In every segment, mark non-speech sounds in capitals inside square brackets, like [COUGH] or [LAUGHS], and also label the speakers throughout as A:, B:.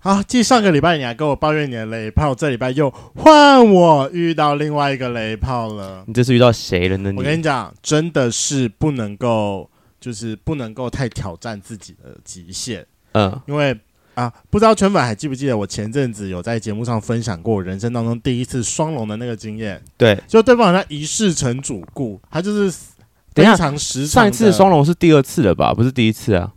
A: 好，继上个礼拜你还啊跟我抱怨你的雷炮，这礼拜又换我遇到另外一个雷炮了。
B: 你这次遇到谁了呢？
A: 我跟
B: 你
A: 你讲，真的是不能够，就是不能够太挑战自己的极限，
B: 嗯，
A: 因为啊，不知道圈粉还记不记得我前阵子有在节目上分享过我人生当中第一次双龙的那个经验，
B: 对，
A: 就对方好像一世成主顾，他就是非
B: 等一下
A: 常时
B: 上一次双龙是第二次了吧？不是第一次啊？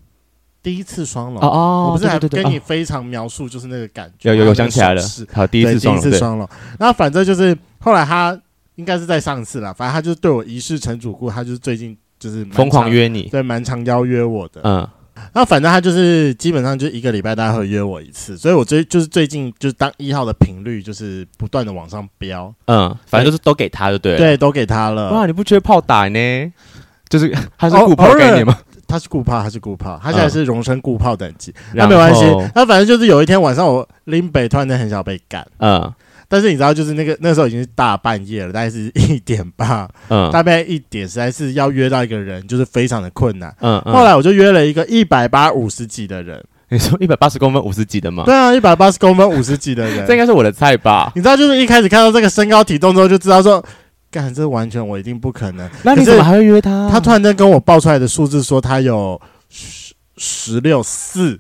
A: 第一次双龙
B: 哦哦，
A: 我不是还
B: 对对对
A: 跟你
B: 对，哦
A: 非常描述，就是那个感觉。
B: 有有
A: 然
B: 有
A: 后那
B: 想
A: 个
B: 起来了
A: 手势，
B: 好，第一
A: 对
B: 次
A: 第
B: 双
A: 一
B: 龙，
A: 次
B: 对，
A: 双龙。那反正就是后来他应该是在上次了，反正他就是对我一世成主顾，他就是最近就是蛮
B: 疯狂
A: 常，
B: 约你，
A: 对，蛮常邀约我的。
B: 嗯，
A: 那反正他就是基本上就一个礼拜大概会约我一次，所以我最就是最近就是当一号的频率就是不断的往上飙，
B: 嗯，反正就是都给他就对了。
A: 对，都给他
B: 哇，
A: 了。
B: 你不缺炮打呢？
A: [LAUGHS]
B: 就是他是
A: 偶
B: 顾炮概念吗？
A: 他是顾炮，他是顾炮，他现在是荣升顾炮等级，那
B: 嗯然
A: 没关系
B: 后。
A: 那反正就是有一天晚上我林北突然间很想被干。
B: 嗯
A: 但是你知道，就是那个那时候已经是大半夜了，大概是一点吧，
B: 嗯
A: 大概一点，实在是要约到一个人，就是非常的困难。
B: 嗯嗯。
A: 后来我就约了一个一百八五十几的人，
B: [LAUGHS] 你说一百八十公分五十几的吗？
A: 对啊，一百八十公分五十几的
B: 嗯 [LAUGHS] 这
A: 人。
B: 应该是我的菜吧？
A: 你知道，就是一开始看到这个身高体重之后，就知道说，干，这完全我一定不可能。
B: 那你
A: 可是
B: 怎么还会约他？
A: 他突然间跟我报出来的数字说他有十十六四。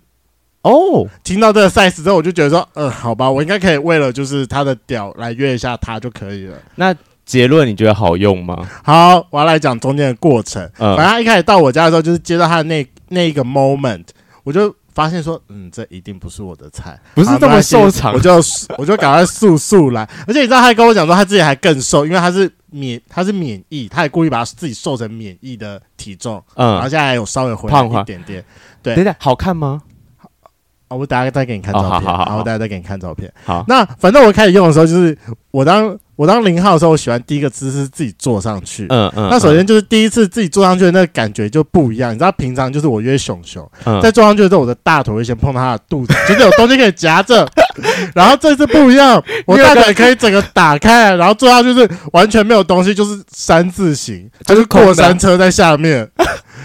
B: 哦，
A: 听到这个 size 之后，我就觉得说，嗯，好吧，我应该可以为了就是他的屌来约一下他就可以了。
B: 那结论你觉得好用吗？
A: 好，我要来讲中间的过程。反正
B: 嗯
A: 他一开始到我家的时候，就是接到他的那那一个 moment，我就发现说，嗯，这一定不是我的菜，
B: 不是
A: 好
B: 这
A: 没
B: 么
A: 关系
B: 瘦长
A: 我就我就赶快速速来。而且你知道，他还跟我讲说他自己还更瘦，因为他是免他是免疫，他也故意把自己瘦成免疫的体重，然后
B: 嗯，
A: 现在还有稍微回来
B: 胖回来
A: 一点点。
B: 等一下，好看吗？
A: 啊，我等下再给你看
B: 哦
A: 照片，
B: 好好好
A: 我
B: 好
A: 等下再给你看照片。
B: 好
A: 那反正我开始用的时候，就是我当我当零号的时候，我喜欢第一个姿势是自己坐上去，
B: 嗯嗯。
A: 那首先就是第一次自己坐上去的那个感觉就不一样，你知道平常就是我约熊熊，
B: 嗯，
A: 在坐上去的时候，我的大腿会先碰他的肚子，就是有东西可以夹着。然后这次不一样，我大腿可以整个打开，然后坐上去是完全没有东西，就是山字形，就是过山车在下面。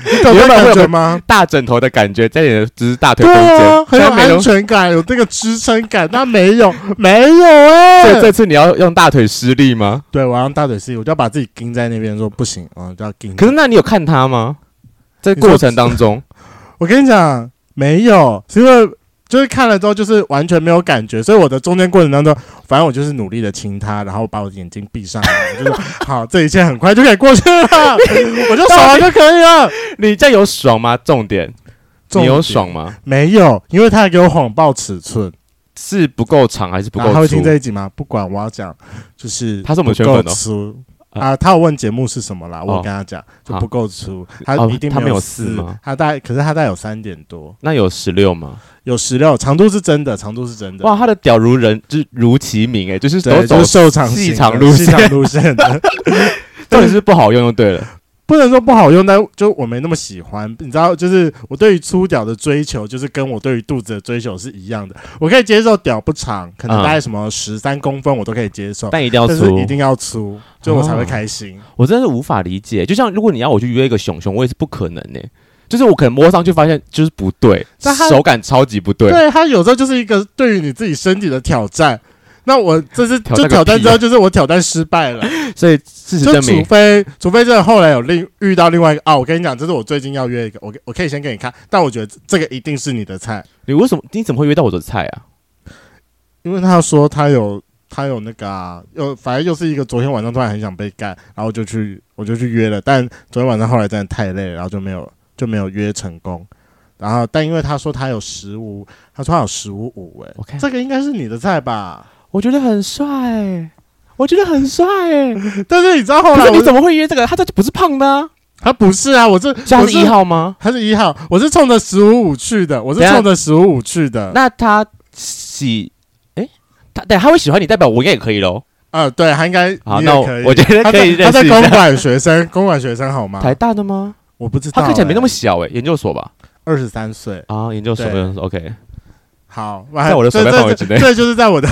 A: 你懂那感觉吗？
B: 大枕头的感觉，在你的只是大腿
A: 对
B: 中
A: 啊
B: 间，，
A: 很有
B: 但没
A: 安
B: 有。
A: 全感，有那个支撑感。那没有，没有哎、
B: 所以这次你要用大腿施力吗？
A: 对我要用大腿吸，我就要把自己钉在那边，说不行，我就要钉。
B: 嗯可是那你有看他吗？在过程当中，
A: 我跟你讲，没有，是因为就是看了之后就是完全没有感觉，所以我的中间过程当中，反正我就是努力的亲他，然后把我的眼睛闭上，我就说好，这一切很快就可以过去了，我就爽完就可以了。
B: 你这样有爽吗？重点，
A: 重
B: 你有
A: 点
B: 爽吗？
A: 没有？因为他还给我谎报尺寸，
B: 是不够长还是不
A: 然后他
B: 够
A: 会
B: 粗
A: 听？这一集吗？不管，我要讲，就是
B: 他是我们
A: 不
B: 圈粉
A: 够
B: 哦
A: 粗。
B: 啊
A: 啊，他有问节目是什么啦，我
B: 哦
A: 跟他讲就
B: 好
A: 不够粗，他
B: 哦
A: 一定
B: 他没有
A: 四
B: 四吗？
A: 他大概可是他大概有三点多，
B: 那有十六吗？
A: 有十六，长度是真的，长度是真的。
B: 哇，他的屌如人，就是如其名，哎，就是
A: 对，
B: 都
A: 就
B: 走
A: 是瘦长
B: 细
A: 型
B: 长
A: 的
B: 路
A: 细
B: 线
A: 长路线
B: [LAUGHS]
A: 的，
B: 到底是不好用就对了。
A: 不能说不好用，但就我没那么喜欢。你知道，就是我对于粗屌的追求，就是跟我对于肚子的追求是一样的。我可以接受屌不长，可能
B: 嗯
A: 大概什么十三公分我都可以接受，
B: [LAUGHS] 但一定要
A: 但是
B: 粗哦
A: 一，定要粗，就我才会开心。
B: 我真的是无法理解。就像如果你要我去约一个熊熊，我也是不可能呢。就是我可能摸上去发现就是不对
A: 但他，
B: 手感超级不对。
A: 对，它有时候就是一个对于你自己身体的挑战。那我这次
B: 挑
A: 就
B: 战个
A: 挑战
B: 屁
A: 之
B: 啊
A: 后，就是我挑战失败
B: [LAUGHS]
A: 了。
B: 所以事实
A: 就
B: 证
A: 除
B: 明，
A: 非除非真的后来有另遇到另外一个啊，我跟你讲，这是我最近要约一个，我我可以先给你看，但我觉得这个一定是你的菜，
B: 你为什么你怎么会约到我的菜啊？
A: 因为他说他有他有那个啊，又反正又是一个昨天晚上突然很想被干，然后就去我就去约了，但昨天晚上后来真的太累了，然后就没有就没有约成功。然后，但因为他说他有十五，他说他有十五五，哎
B: 我看
A: 这个应该是你的菜吧？
B: 我觉得很帅、我觉得很帅、欸。
A: 但是你知道后
B: 可
A: 来
B: 是
A: 我
B: [LAUGHS] 你怎么会约这个？他这不是胖的、啊，
A: 他不是啊，我是
B: 所以他
A: 我
B: 是一，号吗？
A: 他是一号，我是冲着十五五去的，我是
B: 等一下
A: 冲着十五五去的。
B: 那他喜，诶，他对他会喜欢你，代表我应该也可以喽。
A: 呃，对，他应该
B: 好，
A: 你
B: 那
A: 也
B: 我
A: 可以。
B: 我觉得
A: 他
B: 可
A: 在
B: 以
A: 他
B: 认
A: 在
B: 识一
A: 公
B: 下。
A: 馆学生，公馆学生好吗？
B: 台大的吗？
A: 我不知道、欸
B: 他看起来没那么小诶，研究所吧？
A: 二十三岁，
B: 啊，研究所
A: 对
B: 研究所，OK。
A: 好，
B: 在我的手
A: 这
B: 背范围
A: 这
B: 之
A: 这
B: 内
A: 这就是在我的，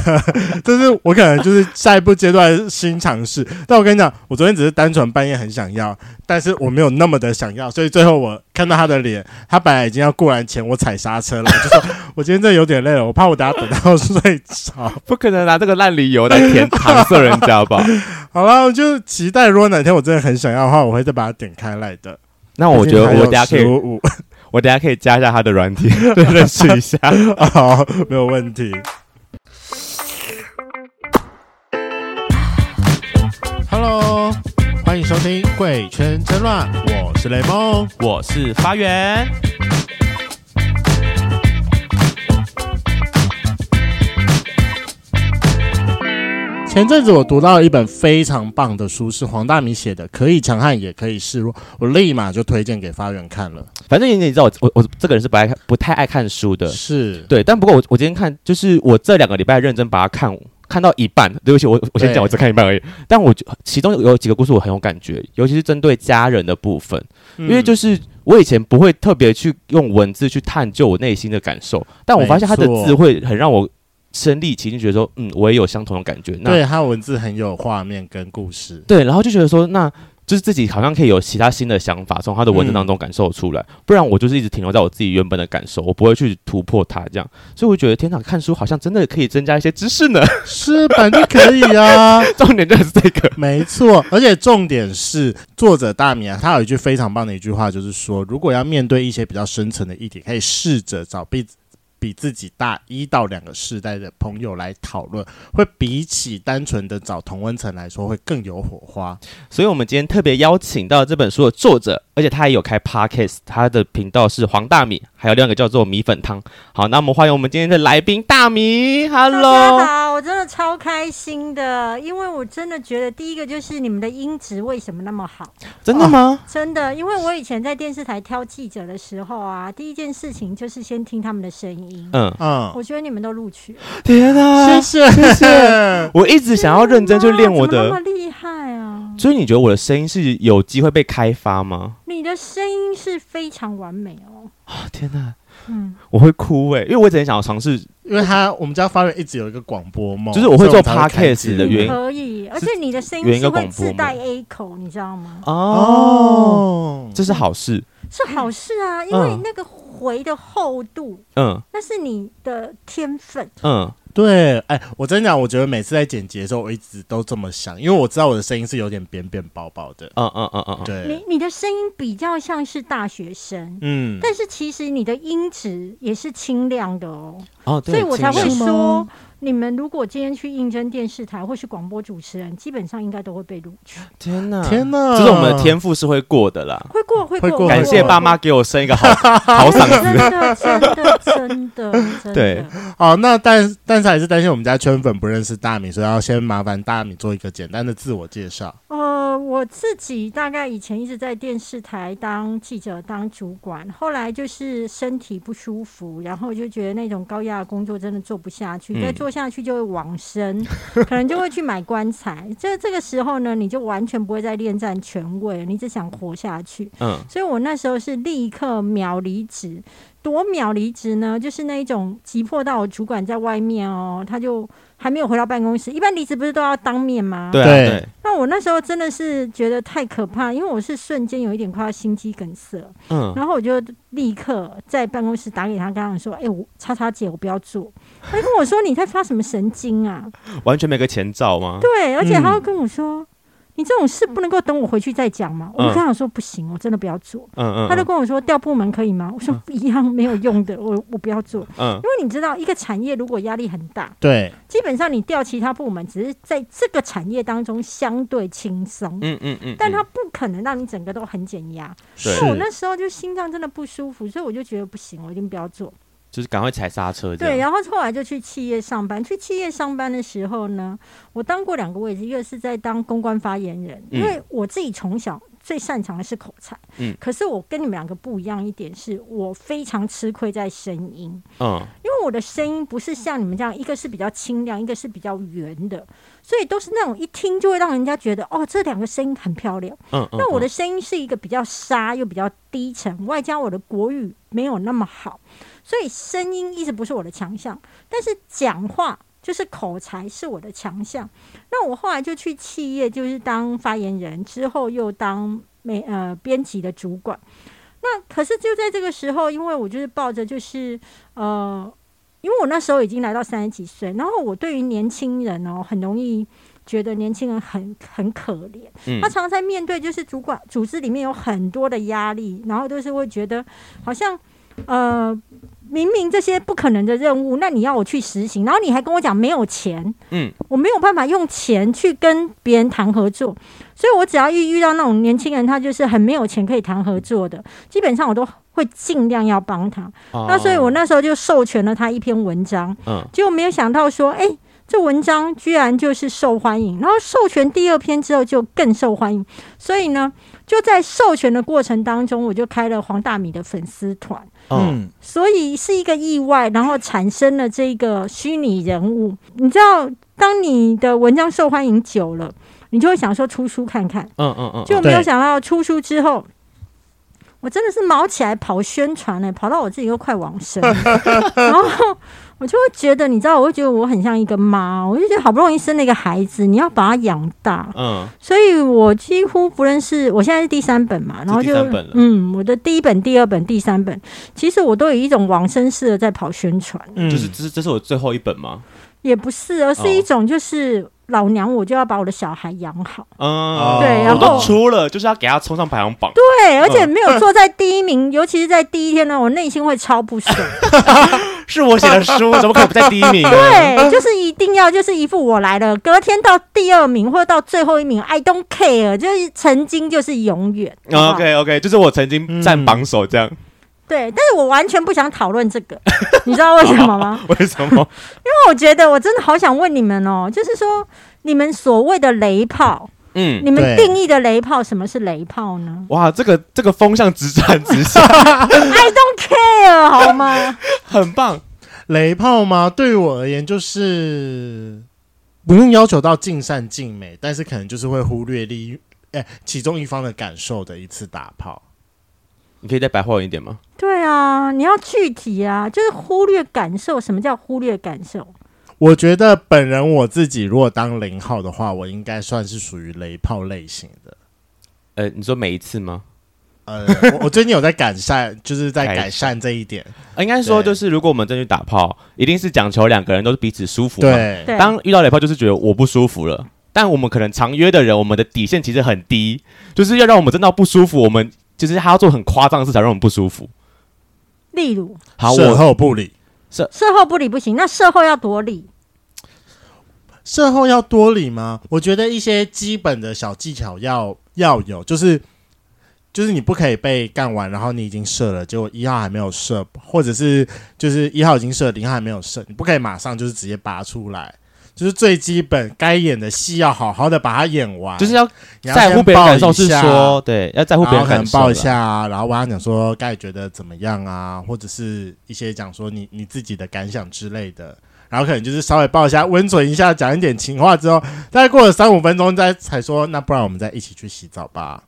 A: 这是我可能就是下一步阶段的新尝试。但我跟你讲，我昨天只是单纯半夜很想要，但是我没有那么的想要，所以最后我看到他的脸，他本来已经要过来前我踩刹车了，我就说 [LAUGHS] 我今天真的有点累了，我怕我等下等到睡着。
B: 不可能拿这个烂理由来填搪塞人家 [LAUGHS] 吧？
A: 好了，我就期待如果哪天我真的很想要的话，我会再把它点开来的。
B: 那我觉得我等下可以，
A: 五五，
B: 我等下可以加一下他的软体认识一下。
A: [LAUGHS] 好，没有问题。Hello，欢迎收听《贵圈争乱》，我是雷梦。
B: [LAUGHS] 我是发源，
A: 前阵子我读到一本非常棒的书，是黄大米写的，《可以强悍也可以示弱》，我立马就推荐给发源看了。
B: 反正妍姐，你知道我我我这个人是不爱看不太爱看书的，
A: 是，
B: 对。但不过我我今天看，就是我这两个礼拜认真把它看看到一半，对不起，我我先
A: 对
B: 讲，我只看一半而已。但我就其中有几个故事我很有感觉，尤其是针对家人的部分。
A: 因
B: 因为就是我以前不会特别去用文字去探究我内心的感受，但我发现他的
A: 没错
B: 字会很让我身历其境，觉得说，嗯，我也有相同的感觉。那
A: 对他文字很有画面跟故事。
B: 对然后就觉得说，那就是自己好像可以有其他新的想法，从他的文字当中感受出来。不然我就是一直停留在我自己原本的感受，我不会去突破它这样。所以我觉得，天哪，看书好像真的可以增加一些知识呢。 [LAUGHS]
A: 是，反正可以啊。
B: 重点就是这个，
A: [LAUGHS] 没错，而且重点是作者大米啊，他有一句非常棒的一句话，就是说，如果要面对一些比较深层的议题，可以试着找比比自己大一到两个世代的朋友来讨论，会比起单纯的找同温层来说，会更有火花。
B: 所以我们今天特别邀请到这本书的作者，而且他也有开 podcast，他的频道是黄大米，还有另外一个叫做米粉汤。好，那我们欢迎我们今天的来宾大米
C: 大家
B: ，Hello。
C: 好，我真的超开心的，因为我真的觉得第一个就是你们的音质为什么那么好，
B: 真的吗？
C: 真的，因为我以前在电视台挑记者的时候啊，第一件事情就是先听他们的声音。
B: 嗯，
A: 嗯，
C: 我觉得你们都录取了，
B: 天啊
A: 谢！谢谢谢。
B: 我一直想要认真去练我
C: 怎么那么
B: 的，
C: 厉害啊！
B: 所以你觉得我的声音是有机会被开发吗？
C: 你的声音是非常完美哦。
B: 啊、天哪，
C: 嗯，
B: 我会哭欸诶、因为我一直很想要尝试，
A: 因为他我们家发源一直有一个广播梦，
B: 就是我会
A: 所
B: 做
A: 以们才开节
B: podcast
A: 目
B: 的原因
C: 可以，而且你的声
B: 圆一
C: 音
B: 个
C: 是
B: 广
C: 会
B: 播嗯
C: 自带
B: 吗
C: A 口，你知道吗？
B: 哦，
A: 哦，
B: 这是好事。
C: 是好事啊，因为
B: 嗯
C: 那个回的厚度，
B: 嗯
C: 那是你的天分。
B: 嗯，
A: 对，哎，我真讲，我觉得每次在剪辑的时候，我一直都这么想，因为我知道我的声音是有点扁扁薄薄的。
B: 嗯嗯嗯嗯嗯，
A: 对
C: 你，你的声音比较像是大学生，
A: 嗯，
C: 但是其实你的音质也是清亮的哦，
B: 哦，对
C: 所以我才
B: 清
C: 会
B: 凉
C: 说，你们如果今天去应征电视台或是广播主持人，基本上应该都会被录取，
B: 天哪，
A: 天哪，
B: 就是我们的天赋是会过的啦。
C: 会过会
A: 会过
C: 过。
B: 感谢
C: 会过
B: 爸妈给我生一个好 [LAUGHS] 好嗓
C: 真 [LAUGHS]
B: 子。
C: 的真的真的真的，
B: 对
A: 哦。那但但是还是担心我们家圈粉不认识大米，所以要先麻烦大米做一个简单的自我介绍。
C: 呃，我自己大概以前一直在电视台当记者、当主管，后来就是身体不舒服，然后就觉得那种高压的工作真的做不下去，再
B: 嗯
C: 做下去就会往生，可能就会去买棺材。这这个时候呢，你就完全不会再恋战权位，你只想活下去。
B: 嗯，
C: 所以我那时候是立刻秒离职，多秒离职呢？就是那一种急迫到我主管在外面哦，他就还没有回到办公室。一般离职不是都要当面吗？
B: 对啊，
A: 对
B: 对，
C: 那我那时候真的是觉得太可怕，因为我是瞬间有一点快要心肌梗塞，
B: 嗯，
C: 然后我就立刻在办公室打给他，跟他说：“哎、我叉叉姐，我不要做。”他就跟我说：“你在发什么神经啊
B: 完全没个前兆吗？”？
C: 对，而且他会跟我说：“你这种事不能够等我回去再讲嘛。”我就
B: 嗯
C: 跟他说：“不行，我真的不要做。”
B: 嗯
C: 他就
B: 嗯
C: 跟我说：“调部门可以吗？”我说：“
B: [LAUGHS]
C: 一样没有用的，我我不要做。”
B: 嗯
C: 因为你知道，一个产业如果压力很大，
A: 对，
C: 基本上你调其他部门，只是在这个产业当中相对轻松。
B: 嗯嗯嗯，
C: 但它不可能让你整个都很减压。哦
B: 对
A: 是
C: 那我那时候就心脏真的不舒服，所以我就觉得不行，我一定不要做。
B: 就是赶快踩刹车这样。
C: 对，然后后来就去企业上班。去企业上班的时候呢，我当过两个位置，一个是在当公关发言人，
B: 嗯
C: 因为我自己从小最擅长的是口才。
B: 嗯
C: 可是我跟你们两个不一样一点是，我非常吃亏在声音。
B: 嗯，
C: 因为我的声音不是像你们这样，一个是比较清亮，一个是比较圆的，所以都是那种一听就会让人家觉得哦，这两个声音很漂亮。
B: 嗯嗯，
C: 那我
B: 的
C: 的声音是一个比较沙又比较低沉，外加我的国语没有那么好，所以声音一直不是我的强项，但是讲话就是口才是我的强项。那我后来就去企业，就是当发言人，之后又当美呃编辑的主管。那可是就在这个时候，因为我就是抱着就是呃，因为我那时候已经来到三十几岁，然后我对于年轻人哦，很容易觉得年轻人很很可怜。
B: 嗯
C: 他常常在面对就是主管组织里面有很多的压力，然后就是会觉得好像呃，明明这些不可能的任务，那你要我去实行，然后你还跟我讲没有钱，
B: 嗯，
C: 我没有办法用钱去跟别人谈合作，所以我只要一遇到那种年轻人，他就是很没有钱可以谈合作的，基本上我都会尽量要帮他。那所以我那时候就授权了他一篇文章，
B: 嗯
C: 结果没有想到说，哎、这文章居然就是受欢迎，然后授权第二篇之后就更受欢迎，所以呢，就在授权的过程当中，我就开了黄大米的粉丝团，
B: 嗯
A: 嗯，
C: 所以是一个意外，然后产生了这个虚拟人物。你知道，当你的文章受欢迎久了，你就会想说出书看看，
B: 嗯嗯嗯，
C: 就没有
A: 对
C: 想到出书之后。我真的是毛起来跑宣传呢、欸跑到我自己都快往生，然后我就会觉得，你知道，我会觉得我很像一个妈，我就觉得好不容易生了一个孩子，你要把他养大，
B: 嗯
C: 所以我几乎不认识，我现在是第三本嘛，然后
B: 第
C: 就
B: 三本了
C: 嗯，我的第一本、第二本、第三本，其实我都有一种往生式的在跑宣传，
A: 嗯
B: 就是这是这是我最后一本吗？
C: 也不是，
B: 哦
C: 而是一种就是老娘我就要把我的小孩养好，
B: 嗯，
C: 对然
B: 我
C: 后
B: 都出了，就是要给他冲上排行
C: [LAUGHS]
B: 榜。
C: 对，而且
B: 嗯
C: 没有坐在第一名， [LAUGHS] 尤其是在第一天呢，我内心会超
B: [LAUGHS]
C: 不爽，
B: 嗯是我写的
C: [LAUGHS]
B: 书，怎么可能不在第一名？啊
C: 对，就是一定要就是一副我来了，隔天到第二名或者到最后一名，I don't care，就是曾经就是永远。好不好
B: 啊 OK OK，就是我曾经占榜首这样，
C: 对，但是我完全不想讨论这
B: [LAUGHS]
C: 个，你知道为什么吗？
B: 为什么？
C: 那我觉得我真的好想问你们哦，就是说你们所谓的雷炮，
B: [LAUGHS] 嗯，
C: 你们
A: 对
C: 定义的雷炮，什么是雷炮呢
B: 哇，这个这个风向直转直 [LAUGHS] 下，
C: ？I don't care 好吗？ [LAUGHS]
B: 很棒。
A: 雷炮吗？对于我而言，就是不用要求到尽善尽美，但是可能就是会忽略利益，哎、其中一方的感受的一次打炮。
B: 你可以再白话文一点吗？
C: 对啊，你要具体啊，就是忽略感受。什么叫忽略感受？
A: 我觉得本人我自己如果当零号的话，我应该算是属于雷炮类型的。
B: 呃，你说每一次吗？
A: 呃，我我最近有在改善， [LAUGHS] 就是在改善这一点。
B: 呃应该说
A: 对
B: 就是，如果我们真去打炮，一定是讲求两个人都是彼此舒服嘛。
A: 对，
C: 对，
B: 当遇到雷炮，就是觉得我不舒服了。但我们可能常约的人，我们的底线其实很低，就是要让我们真到不舒服，我们就是他要做很夸张的事才让我们不舒服。
C: 例如
B: 好，
A: 事
B: 我
A: 后不理，
C: 事后不理不行，那事后要多理。
A: 事后要多理吗？我觉得一些基本的小技巧要要有，就是就是你不可以被干完，然后你已经射了，结果一号还没有射，或者是就是一号已经射，零号还没有射，你不可以马上就是直接拔出来。就是最基本该演的戏要好好的把它演完，
B: 就是要
A: 你要
B: 在乎
A: 先
B: 别人
A: 抱
B: 感受，
A: 一
B: 是
A: 下
B: 说对，要在乎别
A: 然后
B: 人
A: 可
B: 感
A: 能
B: 受
A: 抱一
B: 啦
A: 下啊，然后我要讲说该觉得怎么样啊，或者是一些讲说你你自己的感想之类的，然后可能就是稍微抱一下，温存一下，讲一点情话之后，大概过了三五分钟再才说，那不然我们再一起去洗澡吧。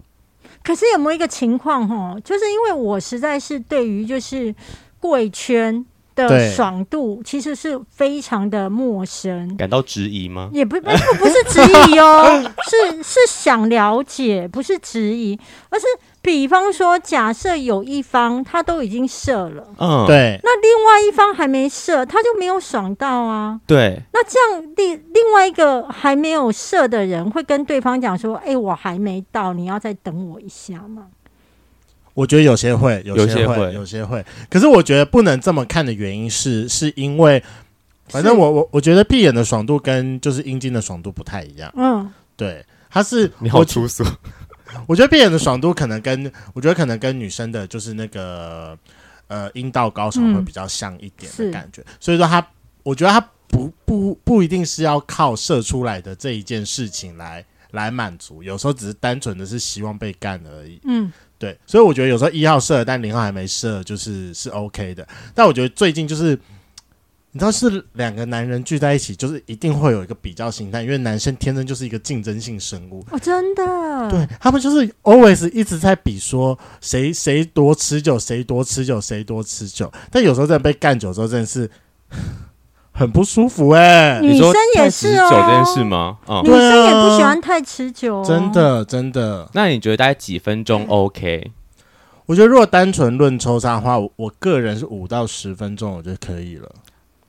C: 可是有没有一个情况哈，就是因为我实在是对于就是贵圈的
A: 对
C: 爽度其实是非常的陌生。
B: 感到质疑吗？
C: 也不不不不是质疑哦，是是想了解，不是质疑，而是比方说，假设有一方他都已经射了，
B: 嗯，
A: 对，
C: 那另外一方还没射，他就没有爽到啊。
B: 对，
C: 那这样另另外一个还没有射的人会跟对方讲说：“哎、我还没到，你要再等我一下嘛。
A: 我觉得有些会，有
B: 有些
A: 些
B: 会
A: 会，有些会。可是我觉得不能这么看的原因是，是因为反正
C: 是
A: 我我我觉得闭眼的爽度跟就是阴茎的爽度不太一样”，
C: 嗯，
A: 对，它是
B: 你
A: 我
B: 好粗俗。
A: 我觉得闭眼的爽度可能跟我觉得可能跟女生的就是那个呃阴道高潮会比较像一点的感觉，所以说它，我觉得它不不不一定是要靠射出来的这一件事情来来满足，有时候只是单纯的是希望被干而已。
C: 嗯，
A: 对，所以我觉得有时候一号射了，但零号还没射，就是是 OK 的。但我觉得最近就是你知道是两个男人聚在一起，就是一定会有一个比较心态，因为男生天生就是一个竞争性生物，
C: 哦，真的，
A: 对他们就是 always 一直在比说谁谁多持久，谁多持久，谁多持久。但有时候真的被干久之后，真的是 [LAUGHS] 很不舒服哎、
C: 女
B: 说
C: 生也
B: 太
C: 是
B: 持
C: 哦，
B: 久这件事吗？嗯
C: 女，
A: 对
C: 生也不喜
A: 啊
C: 欢太持久、哦，
A: 真。的真的。
B: 那你觉得大概几分
C: 嗯
B: 钟 OK？
A: 我觉得如果单纯论抽插的话，我我个人是五到十分钟，我觉得可以了。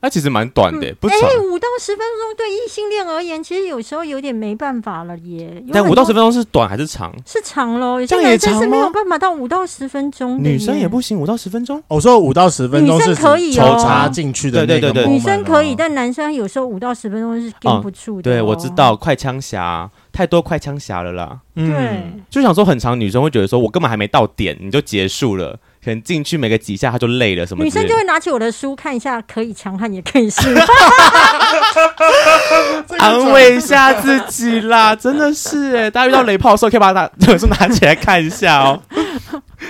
B: 那其实蛮短的，不
C: 哎
B: 长。，
C: 五到十分钟对异性恋而言，其实有时候有点没办法了耶。有
B: 但
C: 很
B: 五到
C: 多
B: 十分钟是短还是长？
C: 是长喽，有
B: 这
C: 些
B: 样也
C: 男生是
B: 长
C: 没有
B: 吗
C: 办法到五到十分钟的耶。
B: 女生也不行，五到十分钟。
C: 哦
A: 哦我说五到十分钟是指
C: 女生可以
A: 抽
C: 哦
A: 插进去的那
B: 对
A: 个
B: 对对对
A: moment
C: 女生可以，
A: 哦
C: 但男生有时候五到十分钟是跟不哦住的、
B: 啊对，我知。道，快枪侠太多快枪侠了啦，
C: 对，
A: 嗯，
B: 就想说很长，女生会觉得说我根本还没到点你就结束了，可能进去每个几下她就累了什么
C: 女
B: 之
C: 生
B: 类
C: 就
B: 的。
C: 会拿起我的书看一下，可以强悍也可以性，
B: 安慰一下自己啦，真的是哎，大家遇到雷炮的时候可以把它拿 [LAUGHS] 手拿起来看一下哦。。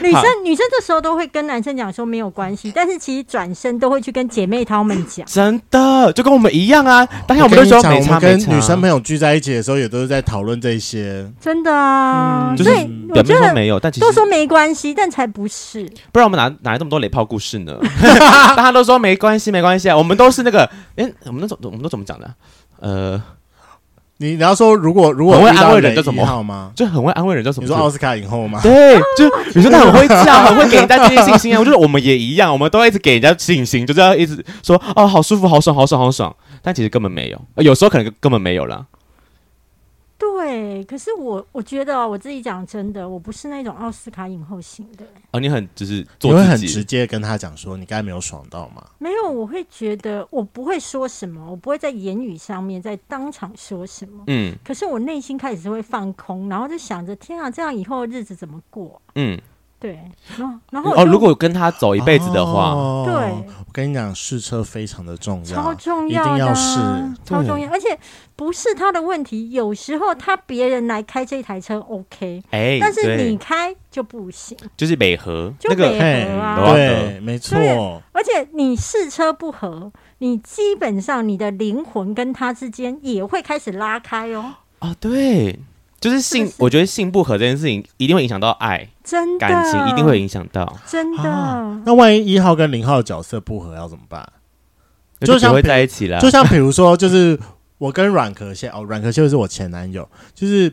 C: 女生女生这时候都会跟男生讲说没有关系，但是其实转身都会去跟姐妹她们讲
B: 真的，就跟我们一样啊。当下我们都
A: 跟你
B: 说
A: 讲
B: 没
A: 我
B: 差
A: 们
B: 没
A: 跟
B: 差，
A: 女生朋友聚在一起的时候，也都是在讨论这些。
C: 真的啊，
A: 嗯
B: 就
C: 所
B: 是
C: 以我
B: 表
C: 觉
B: 面说
C: 得
B: 没有，但其实
C: 都说没关系，但才不是。
B: 不然我们哪哪来这么多雷炮故事
C: [LAUGHS]
B: 呢？大家都说没关系没关系啊，我们都是那个哎，我们那种我们都怎么讲的啊？呃，
A: 你你要说，如果如果
B: 很会
A: 遇到
B: 安慰人
A: 雷
B: 叫什么
A: 一号吗？
B: 就很会安慰人，叫什么
A: 你
B: 字？
A: 说奥斯卡影后吗？
B: [LAUGHS] 对，就你说他很会叫，很会给人家这些信心啊。我觉得我们也一样，我们都要一直给人家信心，就是要一直说哦，好舒服，好爽，好爽，好爽。但其实根本没有，呃有时候可能根本没有啦。
C: 对，可是我我觉得哦我自己讲真的，我不是那种奥斯卡影后型的，
B: 哦，你很就是
A: 你
B: 做
A: 会
B: 自
A: 很
B: 己
A: 直，接跟他讲说，你刚才没有爽到吗？
C: 没有，我会觉得我不会说什么，我不会在言语上面在当场说什么。
B: 嗯
C: 可是我内心开始是会放空，然后就想着天啊，这样以后日子怎么过？
B: 嗯。
C: 对，然后然后我
B: 哦，
C: 就
B: 如果跟他走一辈子的话，
A: 哦
C: 对，
A: 我跟你讲，试车非常的重
C: 超
A: 要。
C: 重
A: 一
C: 要的啊、
A: 定要是
C: 超
B: 对
C: 重要，而且不是他的问题，有时候他别人来开这台车 OK，
B: 哎，
C: 但是
B: 对
C: 你开就不行，
B: 就是美和
C: 就
B: 那
C: 美
B: 个，
A: 嘿
C: 合啊，
A: 哎对，没错，
C: 而且你试车不合，你基本上你的灵魂跟他之间也会开始拉开哦，
B: 哦，对，就是性
C: 是不，是
B: 我觉得性不合这件事情一定会影响到爱
C: 真的，
B: 感情，一定会影响到，
C: 真的。
A: 啊那万一一号跟零号的角色不合要怎么办？就
B: 就不
A: 像
B: 会
A: 比
B: 在一起了。
A: 就像比如说，就是我跟阮壳蟹哦，阮壳蟹是我前男友，就是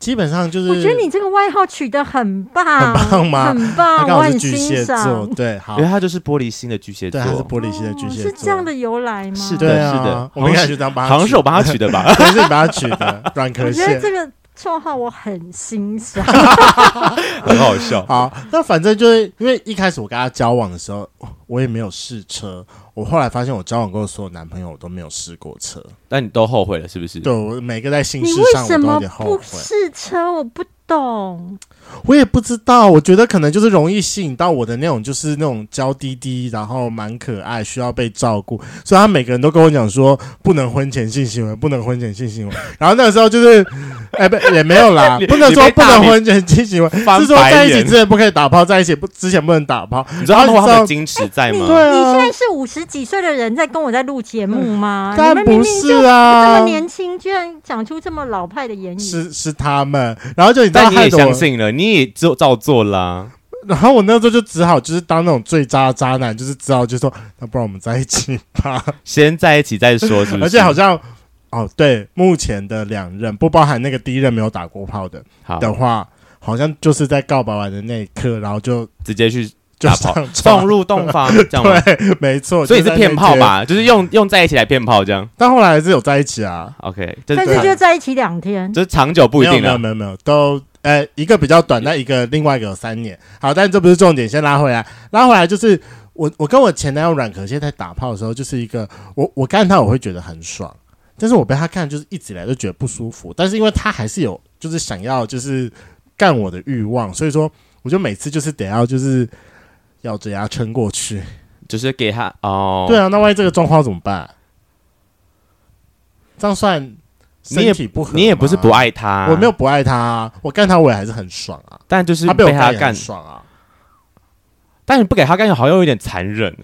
A: 基本上就是
C: 我觉得你这个外号取得很棒，
A: 很棒吗
C: 很
A: 他
C: 棒，
A: 刚
C: 我
A: 好是
C: 很
A: 巨
C: 欣
A: 蟹座，
C: 赏。哦哦
A: 对，好
B: 因为，他就是玻璃心的巨蟹
A: 对，他是
B: 座，
A: 玻璃心的巨蟹座，
C: 是这样的由来吗？
B: 是的
A: 对啊，
B: 是的
A: 我们一开始就这样帮他取，
B: 好像是我帮他取的
A: [LAUGHS]
B: 吧？
A: 不是你把它取的，软壳
C: 我觉得
A: 蟹。
C: 这个绰号我很欣赏。
B: 很好笑。
A: [LAUGHS] 好，那反正就是因为一开始我跟他交往的时候，我也没有试车。我后来发现，我交往过的所有男朋友，我都没有试过车。
B: 但你都后悔了是不是？
A: 对我每个在性
C: 你
A: 事
C: 为
A: 上，我
C: 什
A: 都有
C: 么
A: 点后
C: 不
A: 悔。
C: 试车？我不懂。
A: 我也不知道，我觉得可能就是容易吸引到我的那种，就是那种娇滴滴，然后蛮可爱，需要被照顾。所以他每个人都跟我讲说，不能婚前性行为，不能婚前性行为。然后那个时候就是， [LAUGHS] 哎、不也没有啦
B: [LAUGHS] 你，
A: 不能说
B: 你被
A: 不
B: 大
A: 能
B: 米
A: 婚前性行为，
B: 翻
A: 是说
B: 白
A: 在一起
B: 眼
A: 之前不可以打炮，在一起不之前不能打炮。
B: 你知道他
A: 然
B: 们
A: 后
B: 他
A: 你知
B: 们
A: 道
B: 的矜持在
C: 你
B: 吗？
A: 对啊
C: 你现在是五十几岁的人在跟我在录节目吗？啊你
A: 但
C: 们明
A: 不
C: 明
A: 是
C: 就这
A: 啊
C: 么，年轻，居然讲出这么老派的言语。
A: 是啊是他们。然后就你知道
B: 但你
A: 害
B: 也
A: 得我
B: 相，信了，你也就照做啦。
A: 然后我那时候就只好就是当那种最渣的渣男，就是只好就说，那不然我们在一起吧。
B: 先在一起再说， [LAUGHS] 是不是？
A: 而且好像哦，对，目前的两任不包含那个第一任没有打过炮的
B: 好，
A: 的话，好像就是在告白完的那一刻，然后就
B: 直接去
A: 就
B: 打
A: 上
B: 炮
A: 床
B: 送入洞
A: [LAUGHS]
B: 房，这样吗？
A: 对，啊没错，
B: 所以
A: 就是在
B: 骗
A: 那
B: 炮
A: 天？
B: 吧？就是用用在一起来骗炮这样。
A: 但后来还是有在一起啊，
B: OK，这
C: 但
B: 是
C: 是
A: 对
C: 就在一起两天，
B: 这是长久不一定啊
A: 没有
B: 了。
A: 没有没有没有都。呃，一个比较短，但一个另外一个有三年。好，但这不是重点，先拉回来。拉回来就是我，我跟我前男友软壳蟹在打炮的时候，就是一个我我干他我会觉得很爽，但是我被他干就是一直以来都觉得不舒服。但是因为他还是有就是想要就是干我的欲望，所以说我就每次就是得要就是咬着牙撑过去。
B: 就是给他哦，
A: 对，啊，那万一这个状况怎么办？这样算
B: 你
A: 身
B: 也
A: 体不合
B: 你也不啊是
A: 吗
B: 不爱他，
A: 我没有，不爱他、啊，我干他我也还是很爽啊，
B: 但就是
A: 他被我
B: 他
A: 也很
B: 干，
A: 爽啊。
B: 但你不给他干，好像有点残忍。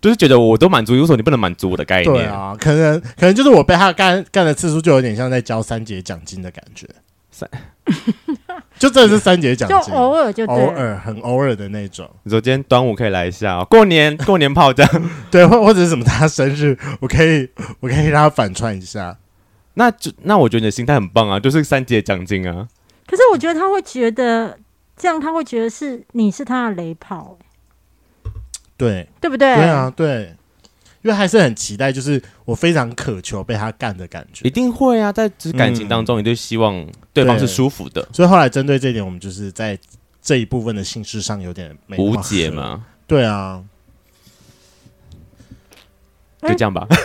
B: 就是觉得我都满足你，为什么你不能满足我的概念？
A: 对啊，可能可能就是我被他干干的次数，就有点像在交三节奖金的感觉。
B: 三，
A: [LAUGHS] 就真的是三节奖
C: 就
A: 金，
C: 偶尔就对
A: 偶
C: 了。
A: 尔很偶尔的那种。
B: 你说今天端午可以来一下、哦，过年 [LAUGHS] 过年炮仗。
A: 对，或或者是什么他生日，我可以我可以让他反串一下。
B: 那就那我觉得你的心态很棒啊，就是三节奖金啊。
C: 可是我觉得他会觉得这样，他会觉得是你是他的雷炮、
A: 对，
C: 对不对？
A: 对啊，对，因为还是很期待，就是我非常渴求被他干的感觉
B: 一。定会啊，在就是感情当中，你就希望对方是舒服的，
A: 所以后来针对这一点，我们就是在这一部分的性事上有点没那么
B: 无
A: 合
B: 解。嘛，
A: 对啊，
B: 就这样吧。
A: 哎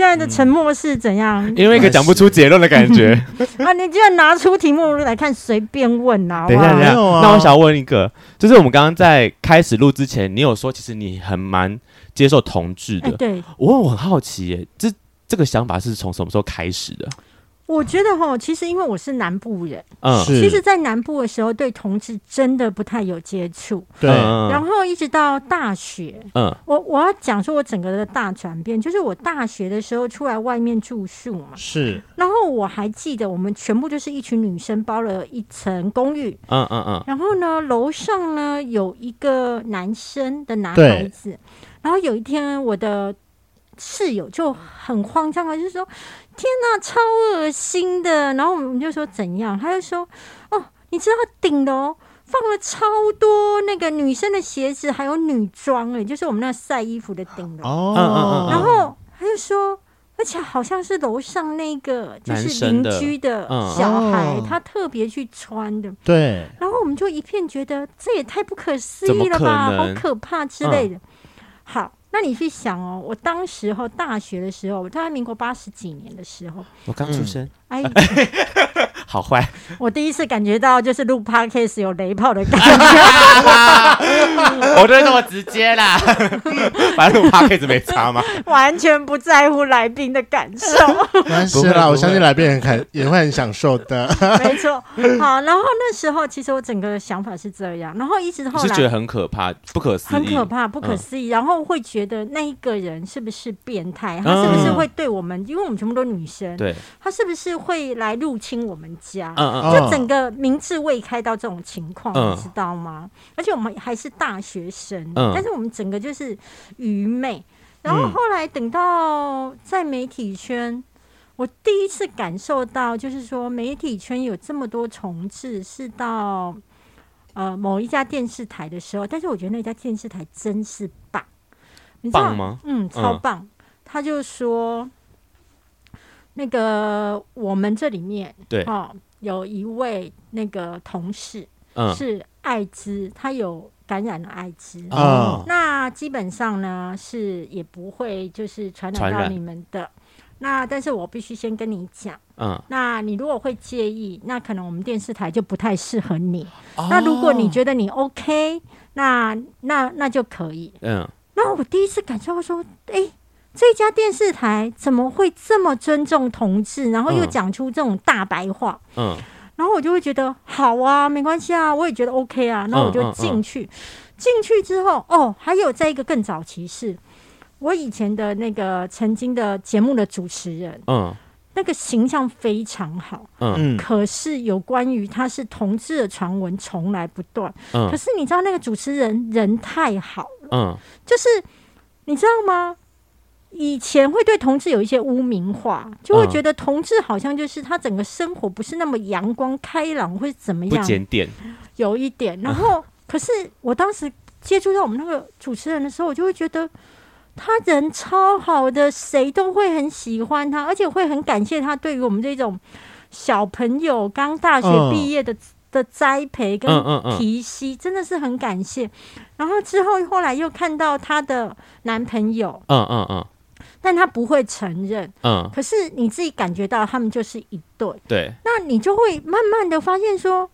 C: 现在的沉默是怎样
A: 嗯
B: 因为一个讲不出结论的感
A: [LAUGHS]
B: 觉。
C: 啊？你居然拿出题目来看，随便问啊！好不
B: 等一
C: 好
B: 下，等一下，
A: 没有啊
B: 那我想问一个，就是我们刚刚在开始录之前，你有说其实你很蛮接受同志
C: 哎、
B: 的，
C: 对，
B: 我我很好奇耶，这这个想法是从什么时候开始的？
C: 我觉得哈，其实因为我是南部人，
B: 嗯，
A: 是
C: 其实，在南部的时候，对同志真的不太有接触。
A: 对，
C: 然
B: 嗯
C: 后一直到大学，
B: 嗯
C: 我我要讲说我整个的大转变，就是我大学的时候出来外面住宿嘛，
A: 是
C: 然后我还记得我们全部就是一群女生包了一层公寓，
B: 嗯嗯嗯，
C: 然后呢，楼上呢有一个男生的男
A: 对
C: 孩子，然后有一天我的室友就很慌张啊，就说：“天哪，超恶心的！”然后我们就说怎样，他就说：“哦，你知道顶楼。”放了超多那个女生的鞋子，还有女装，哎，就是我们那晒衣服的顶楼。
A: 哦
B: 嗯嗯嗯
C: [LAUGHS] 然后他就说，而且好像是楼上那个就
B: 男
C: 是
B: 生
C: 邻
B: 的
C: 居的
B: 嗯
C: 小孩，
A: 哦
C: 他特别去穿的。
A: 对，
C: 然后我们就一片觉得这也太不可思
B: 怎么
C: 议了
B: 可
C: 吧，好
B: 能嗯
C: 可怕之类的。好，那你去想哦，我当时候大学的时候，我大概民国八十几年的时
B: [LAUGHS]
C: 候，
B: 我刚出生，
C: 哎，
B: 好坏，
C: 我第一次感觉到就是录 podcast 有雷炮的感
B: [LAUGHS]
C: 觉。
B: 我就是这么直接啦， [LAUGHS] 反正我 p o d c a s 没差
C: [LAUGHS]
B: 嘛。
C: 完全不在乎来宾的感
B: [LAUGHS]
C: 受，
A: 没关系
B: 不会不
A: 啦，
B: 会
A: 我相信来宾很肯也会很享受 [LAUGHS] 的。
C: 没错。好，然后那时候其实我整个想法是这样，然后一直
B: 你
C: 后
B: 是觉得嗯
C: 来
B: 很可怕，不可思
C: 很
B: 议，
C: 可怕、不可思议，然后会觉得那一个人是不是变态，他是不是
B: 嗯
C: 会对我们，因为我们全部都女生，
B: 对，
C: 他是不是会来入侵我们家？
B: 嗯嗯，
C: 就
A: 哦
C: 整个明智未开到这种情况，
B: 嗯
C: 你知道吗？而且我们还是大学生，
B: 嗯
C: 但是我们整个就是愚昧。然后后来等到在媒体圈，我第一次感受到，就是说媒体圈有这么多重置，是到呃某一家电视台的时候，但是我觉得那家电视台真是棒，你知道
B: 棒吗？
C: 嗯，超棒。他就说，那个我们这里面
B: 对，
C: 哦，有一位那个同事
B: 嗯
C: 是艾滋，他有感染了艾滋。
A: 啊
C: 那基本上呢是也不会就是传染
B: 传
C: 到
B: 染
C: 你们的。那但是我必须先跟你讲，
B: 嗯，
C: 那你如果会介意，那可能我们电视台就不太适合你。那如果你觉得你 OK，那那那就可以。
B: 嗯
C: 那我第一次感受到说，诶，这家电视台怎么会这么尊重同志，然后又
B: 嗯
C: 讲出这种大白话？
B: 嗯
C: 然后我就会觉得好啊，没关系啊，我也觉得 OK 啊，那我就进
B: 嗯
C: 去。进、去之后，哦，还有在一个更早期是，我以前的那个曾经的节目的主持人，
B: 嗯
C: 那个形象非常好，
B: 嗯
A: 嗯，
C: 可是有关于他是同志的传闻从来不断。可
B: 嗯
C: 是你知道那个主持人人太好了。
B: 嗯，
C: 就是你知道吗？以前会对同志有一些污名化，就会
B: 嗯
C: 觉得同志好像就是他整个生活不是那么阳光开朗，或是怎么
B: 不
C: 样，
B: 检点，
C: 有一点。
B: [LAUGHS]
C: 然后，可是我当时接触到我们那个主持人的时候，我就会觉得他人超好的，谁都会很喜欢他，而且会很感谢他对于我们这种小朋友刚大学
A: 嗯
C: 毕业的、的栽培跟
B: 嗯嗯嗯，
C: 提息，真的是很感谢。然后之后后来又看到她的男朋友，
B: 嗯嗯嗯
C: 但她不会承认，
B: 嗯，
C: 可是你自己感觉到他们就是一对，
B: 对，
C: 那你就会慢慢的发现说，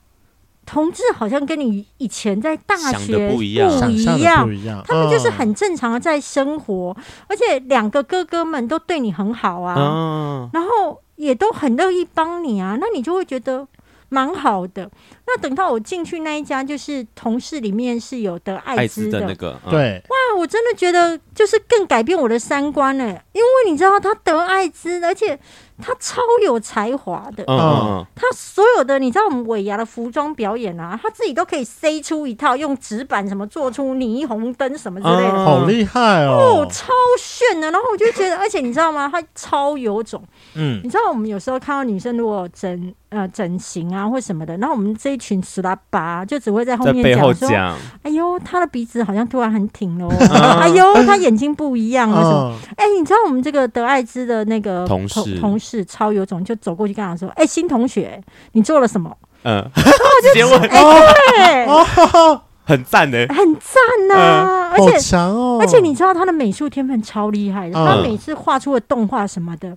C: 同志好像跟你以前在大
B: 想
C: 学
B: 的不一样
C: 不
A: 想
C: 一
A: 象的
C: 样
A: 不一样，
C: 他们就是
A: 嗯
C: 很正常的在生活，而且两个哥哥们都对你很好啊，
B: 嗯
C: 然后也都很乐意帮你啊，那你就会觉得蛮好的。那等到我进去那一家，就是同事里面是有得艾
B: 艾
C: 滋
B: 滋
C: 的，
B: 的那个，嗯，
A: 对，
C: 哇，我真的觉得就是更改变我的三观了，因为你知道他得艾滋，而且他超有才华的。
B: 嗯嗯嗯，
C: 他所有的，你知道我们尾牙的服装表演啊，他自己都可以塞出一套，用纸板什么做出霓虹灯什么之类的，
B: 嗯
A: 好厉害
C: 哦
A: 哦，，
C: 超炫的。然后我就觉得，而且你知道吗？他超有种。
A: 嗯，
C: 你知道我们有时候看到女生如果整呃整形啊或什么的，然后我们这一群死拉巴就只会在后
B: 在
C: 面
B: 背后
C: 说，
B: 讲，啊
C: 哎呦，她的鼻子好像突然很
B: [LAUGHS]
C: 挺了哦，哎呦，她眼睛不一样了什么？
A: 嗯
C: 哎、你知道我们这个得艾滋的那个
B: 同事
C: 同事超有种，就走过去跟他说，哎、新同学，你做了什么？ [LAUGHS] 哎
B: 嗯，直接问，
C: 对，
B: 哦很赞的，
C: 很赞呐、
B: 嗯
C: 啊而
A: 好
C: 且
A: 强哦，
C: 而且你知道他的美术天分超厉害的，
A: 嗯
C: 他每次画出的动画什么的，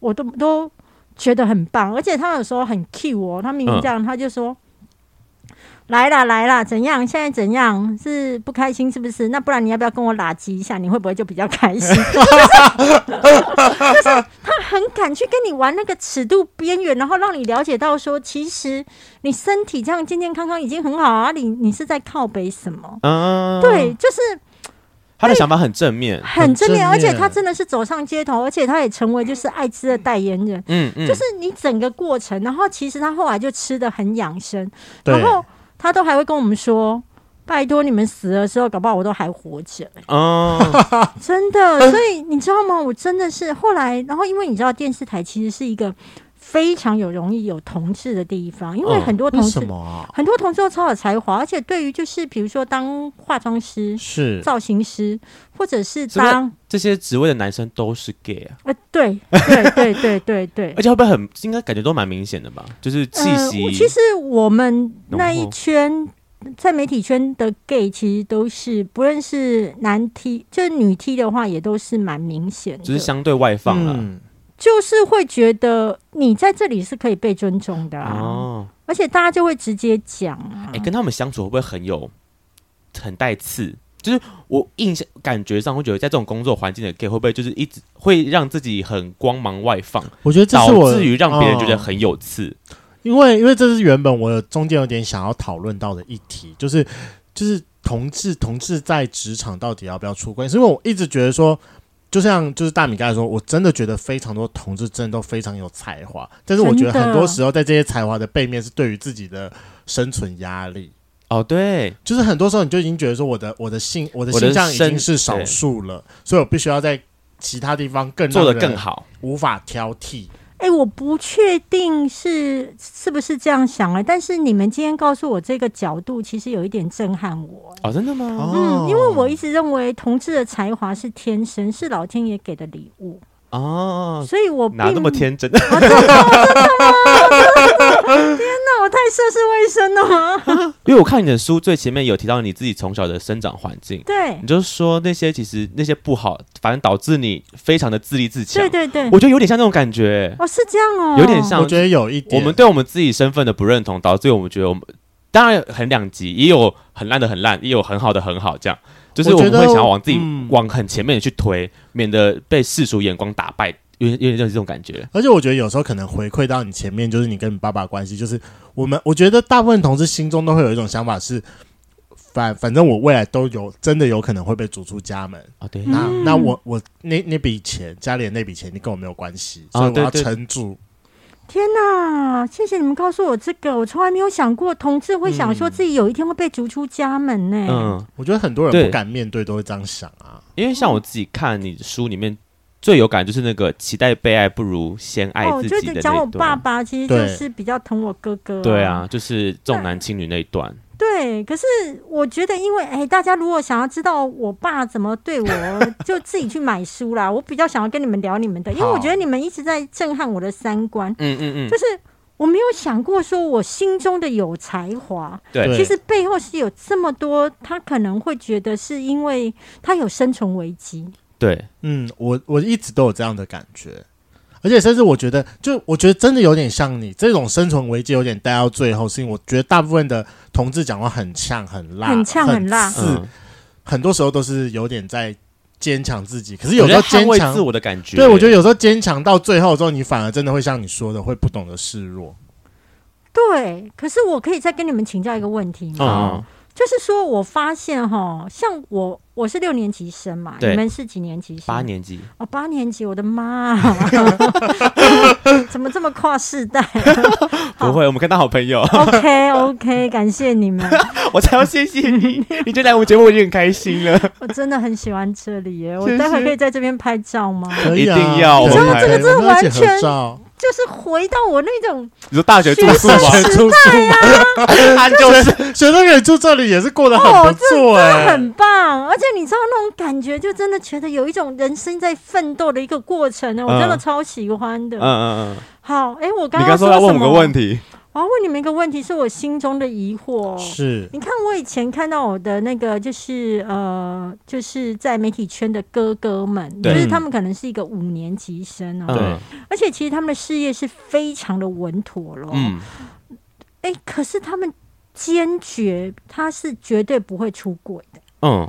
C: 我都都觉得很棒。而且他有时候很 Q 哦，他明明这样，他就说。来啦来啦，怎样？现在怎样？是不开心是不是？那不然你要不要跟我拉鸡一下？你会不会就比较开心？ [LAUGHS] 就是就是他很敢去跟你玩那个尺度边缘，然后让你了解到说，其实你身体这样健健康康已经很好啊，你你是在靠北什么？
B: 嗯，
C: 对，，就是
B: 他的想法很正面，
C: 很正
A: 很正面
C: 面，而且他真的是走上街头，而且他也成为就是艾滋的代言人。
B: 嗯嗯，
C: 就是你整个过程，然后其实他后来就吃的很养生，
A: 对
C: 然后他都还会跟我们说。拜托你们死的时候，搞不好我都还活着，
B: 嗯，
C: 真的。所以你知道吗？我真的是后来，然后因为你知道电视台其实是一个非常有容易有同志的地方，因为
B: 嗯
C: 很多同
A: 为
C: 志、
A: 什么啊？
C: 很多同志都超有才华，而且对于就是比如说当化妆师、
A: 是
C: 造型师，或者是
B: 什么
C: 当
B: 这些职位的男生都是 gay 啊，
C: 呃，对对对对对对
B: [LAUGHS] 而，且会不会很应该感觉都蛮明显的吧？就是气
C: 呃
B: 息
C: 我，其实我们那
B: 浓
C: 一
B: 厚
C: 圈在媒体圈的 gay 其实都是，不论是男 T，就是女 T 的话，也都是蛮明显的，
B: 就是相对外放了，
A: 嗯
C: 就是会觉得你在这里是可以被尊重的啊，
B: 哦，
C: 而且大家就会直接讲啊，
B: 哎，跟他们相处会不会很有很带刺？就是我印象感觉上会觉得，在这种工作环境的 gay 会不会就是一直会让自己很光芒外放，
A: 我觉得这
B: 导
A: 是我
B: 致于让别人觉得
A: 嗯
B: 很有刺？
A: 因为因为这是原本我有中间有点想要讨论到的议题，就是就是同志同志在职场到底要不要出柜？是因为我一直觉得说，就像就是大米刚才说，我真的觉得非常多同志真的都非常有才华，但是我觉得
C: 真的
A: 很多时候在这些才华的背面是对于自己的生存压力。
B: 哦，对，
A: 就是很多时候你就已经觉得说我的我的性我的
B: 我的
A: 形象已经
B: 身
A: 是少数了，所以我必须要在其他地方更让
B: 做的
A: 人
B: 更好。
A: 无法挑剔。
C: 哎、我不确定是是不是这样想啊，但是你们今天告诉我这个角度，其实有一点震撼我、
B: 哦，真的吗？
A: 哦
C: 嗯，因为我一直认为同志的才华是天生，是老天爷给的礼物，
B: 哦，
C: 所以我并
B: 哪那么天真？ [LAUGHS]
C: 啊真的吗？真的吗？天哪，我太涉世未深了
B: [LAUGHS]
C: 吗？
B: 因为我看你的书最前面有提到你自己从小的生长环境，
C: 对
B: 你，就说那些其实那些不好，反正导致你非常的自立自强。
C: 对对对，
B: 我觉得有点像那种感觉，
C: 哦，是这样哦，
B: 有点像
A: 我觉得有一
B: 我
A: 点，
B: 们对我们自己身份的不认同，导致我们觉得我们当然很两极，也有很烂的很烂，也有很好的很好，这样就是
A: 我
B: 我
A: 觉
B: 们
A: 得
B: 会想要往自己
A: 嗯
B: 往很前面去推，免得被世俗眼光打败，有点有点像这种感觉。
A: 而且我觉得有时候可能回馈到你前面，就是你跟你爸爸的关系，就是我们我觉得大部分同事心中都会有一种想法是，反反正我未来都有真的有可能会被逐出家门，
B: 哦，对，
A: 那、
C: 嗯
A: 那我我那那笔钱家里的那笔钱，你跟我没有关系，
B: 啊
A: 所以我要
B: 对对
A: 撑住。
C: 天哪！啊谢谢你们告诉我这个，我从来没有想过同志会想说自己有一天会被逐出家门呢、
B: 嗯。
A: 我觉得很多
B: 对
A: 人不敢面对，都会这样想啊。
B: 因为像我自己看你书里面最有感就是那个期待被爱不如先爱
C: 哦，
B: 自
C: 就
B: 己的
C: 是
B: 那一
C: 讲我
B: 段。
C: 爸爸，其实就
A: 对
C: 是比较疼我哥哥、
B: 对，啊，就是重男轻女那一段。
C: 对，可是我觉得，因为哎、大家如果想要知道我爸怎么对我，就自己去买书啦。我比较想要跟你们聊你们的，因为我
A: 好
C: 觉得你们一直在震撼我的三观，
B: 嗯嗯
C: 就，是我没有想过说我心中的有才华，
B: 对
A: 对
C: 其实背后是有这么多，他可能会觉得是因为他有生存危机。
B: 对，
A: 嗯，我我一直都有这样的感觉，而且甚至我觉得，就我觉得真的有点像你这种生存危机，有点待到最后，是因为我觉得大部分的同志讲话很呛、很辣、
C: 很呛很辣
A: 刺
B: 嗯，
A: 很多时候都是有点在坚强自己，可是有
B: 我
A: 时
B: 觉得
A: 候
B: 捍
A: 坚
B: 卫
A: 强
B: 自，我的感觉。 [LAUGHS]
A: 对我觉得有时候坚强到最后之后，你反而真的会像你说的，会不懂得示弱。
C: 对，可是我可以再跟你们请教一个问题吗？
B: 嗯，
C: 就是说我发现哈，像我我是六年级生嘛，
B: 对
C: 你们是几年级生？
B: 八年级，
C: 哦，八年级，我的妈、 [LAUGHS] 怎么这么跨世代好
B: 不会，我们跟他好朋友， [LAUGHS]
C: ？OK OK，感谢你们，
B: 我才要谢谢
C: [LAUGHS]
B: 你，你就来我们节目，我已经很开心了。
C: 我真的很喜欢这里耶，我
B: 谢谢
C: 待会可以在这边拍照吗？
A: 可以啊
B: 一定要
A: 可以
B: 你知道这个
A: 可以
C: 真的
A: 我们要一
C: 完
A: 起
C: 全
A: 合照
C: 就是回到我那种
B: 你说大学住宿
C: 学
B: 吗？
C: 生
A: 住宿嘛，啊
B: 他就是
A: 学生可以住这里也是过得很不错哎、
C: 很棒，而且你知道那种感觉，就真的觉得有一种人生在奋斗的一个过程呢，我真的
B: 嗯
C: 超喜欢的。
B: 嗯嗯嗯，
C: 好，哎、我刚
B: 你刚
C: 刚
B: 说
C: 说
B: 要问
C: 什
B: 我
C: 么？
B: 个问题，
C: 我要问你们一个问题，是我心中的疑
A: [LAUGHS]
C: 惑。
A: 是
C: 你看，我以前看到我的那个，就是呃，就是在媒体圈的哥哥们，就
B: 对
C: 是他们可能是一个五年级生哦、
B: 嗯
C: 而且其实他们的事业是非常的稳妥咯。
B: 嗯，
C: 哎、可是他们坚决他是绝对不会出轨的。
B: 嗯，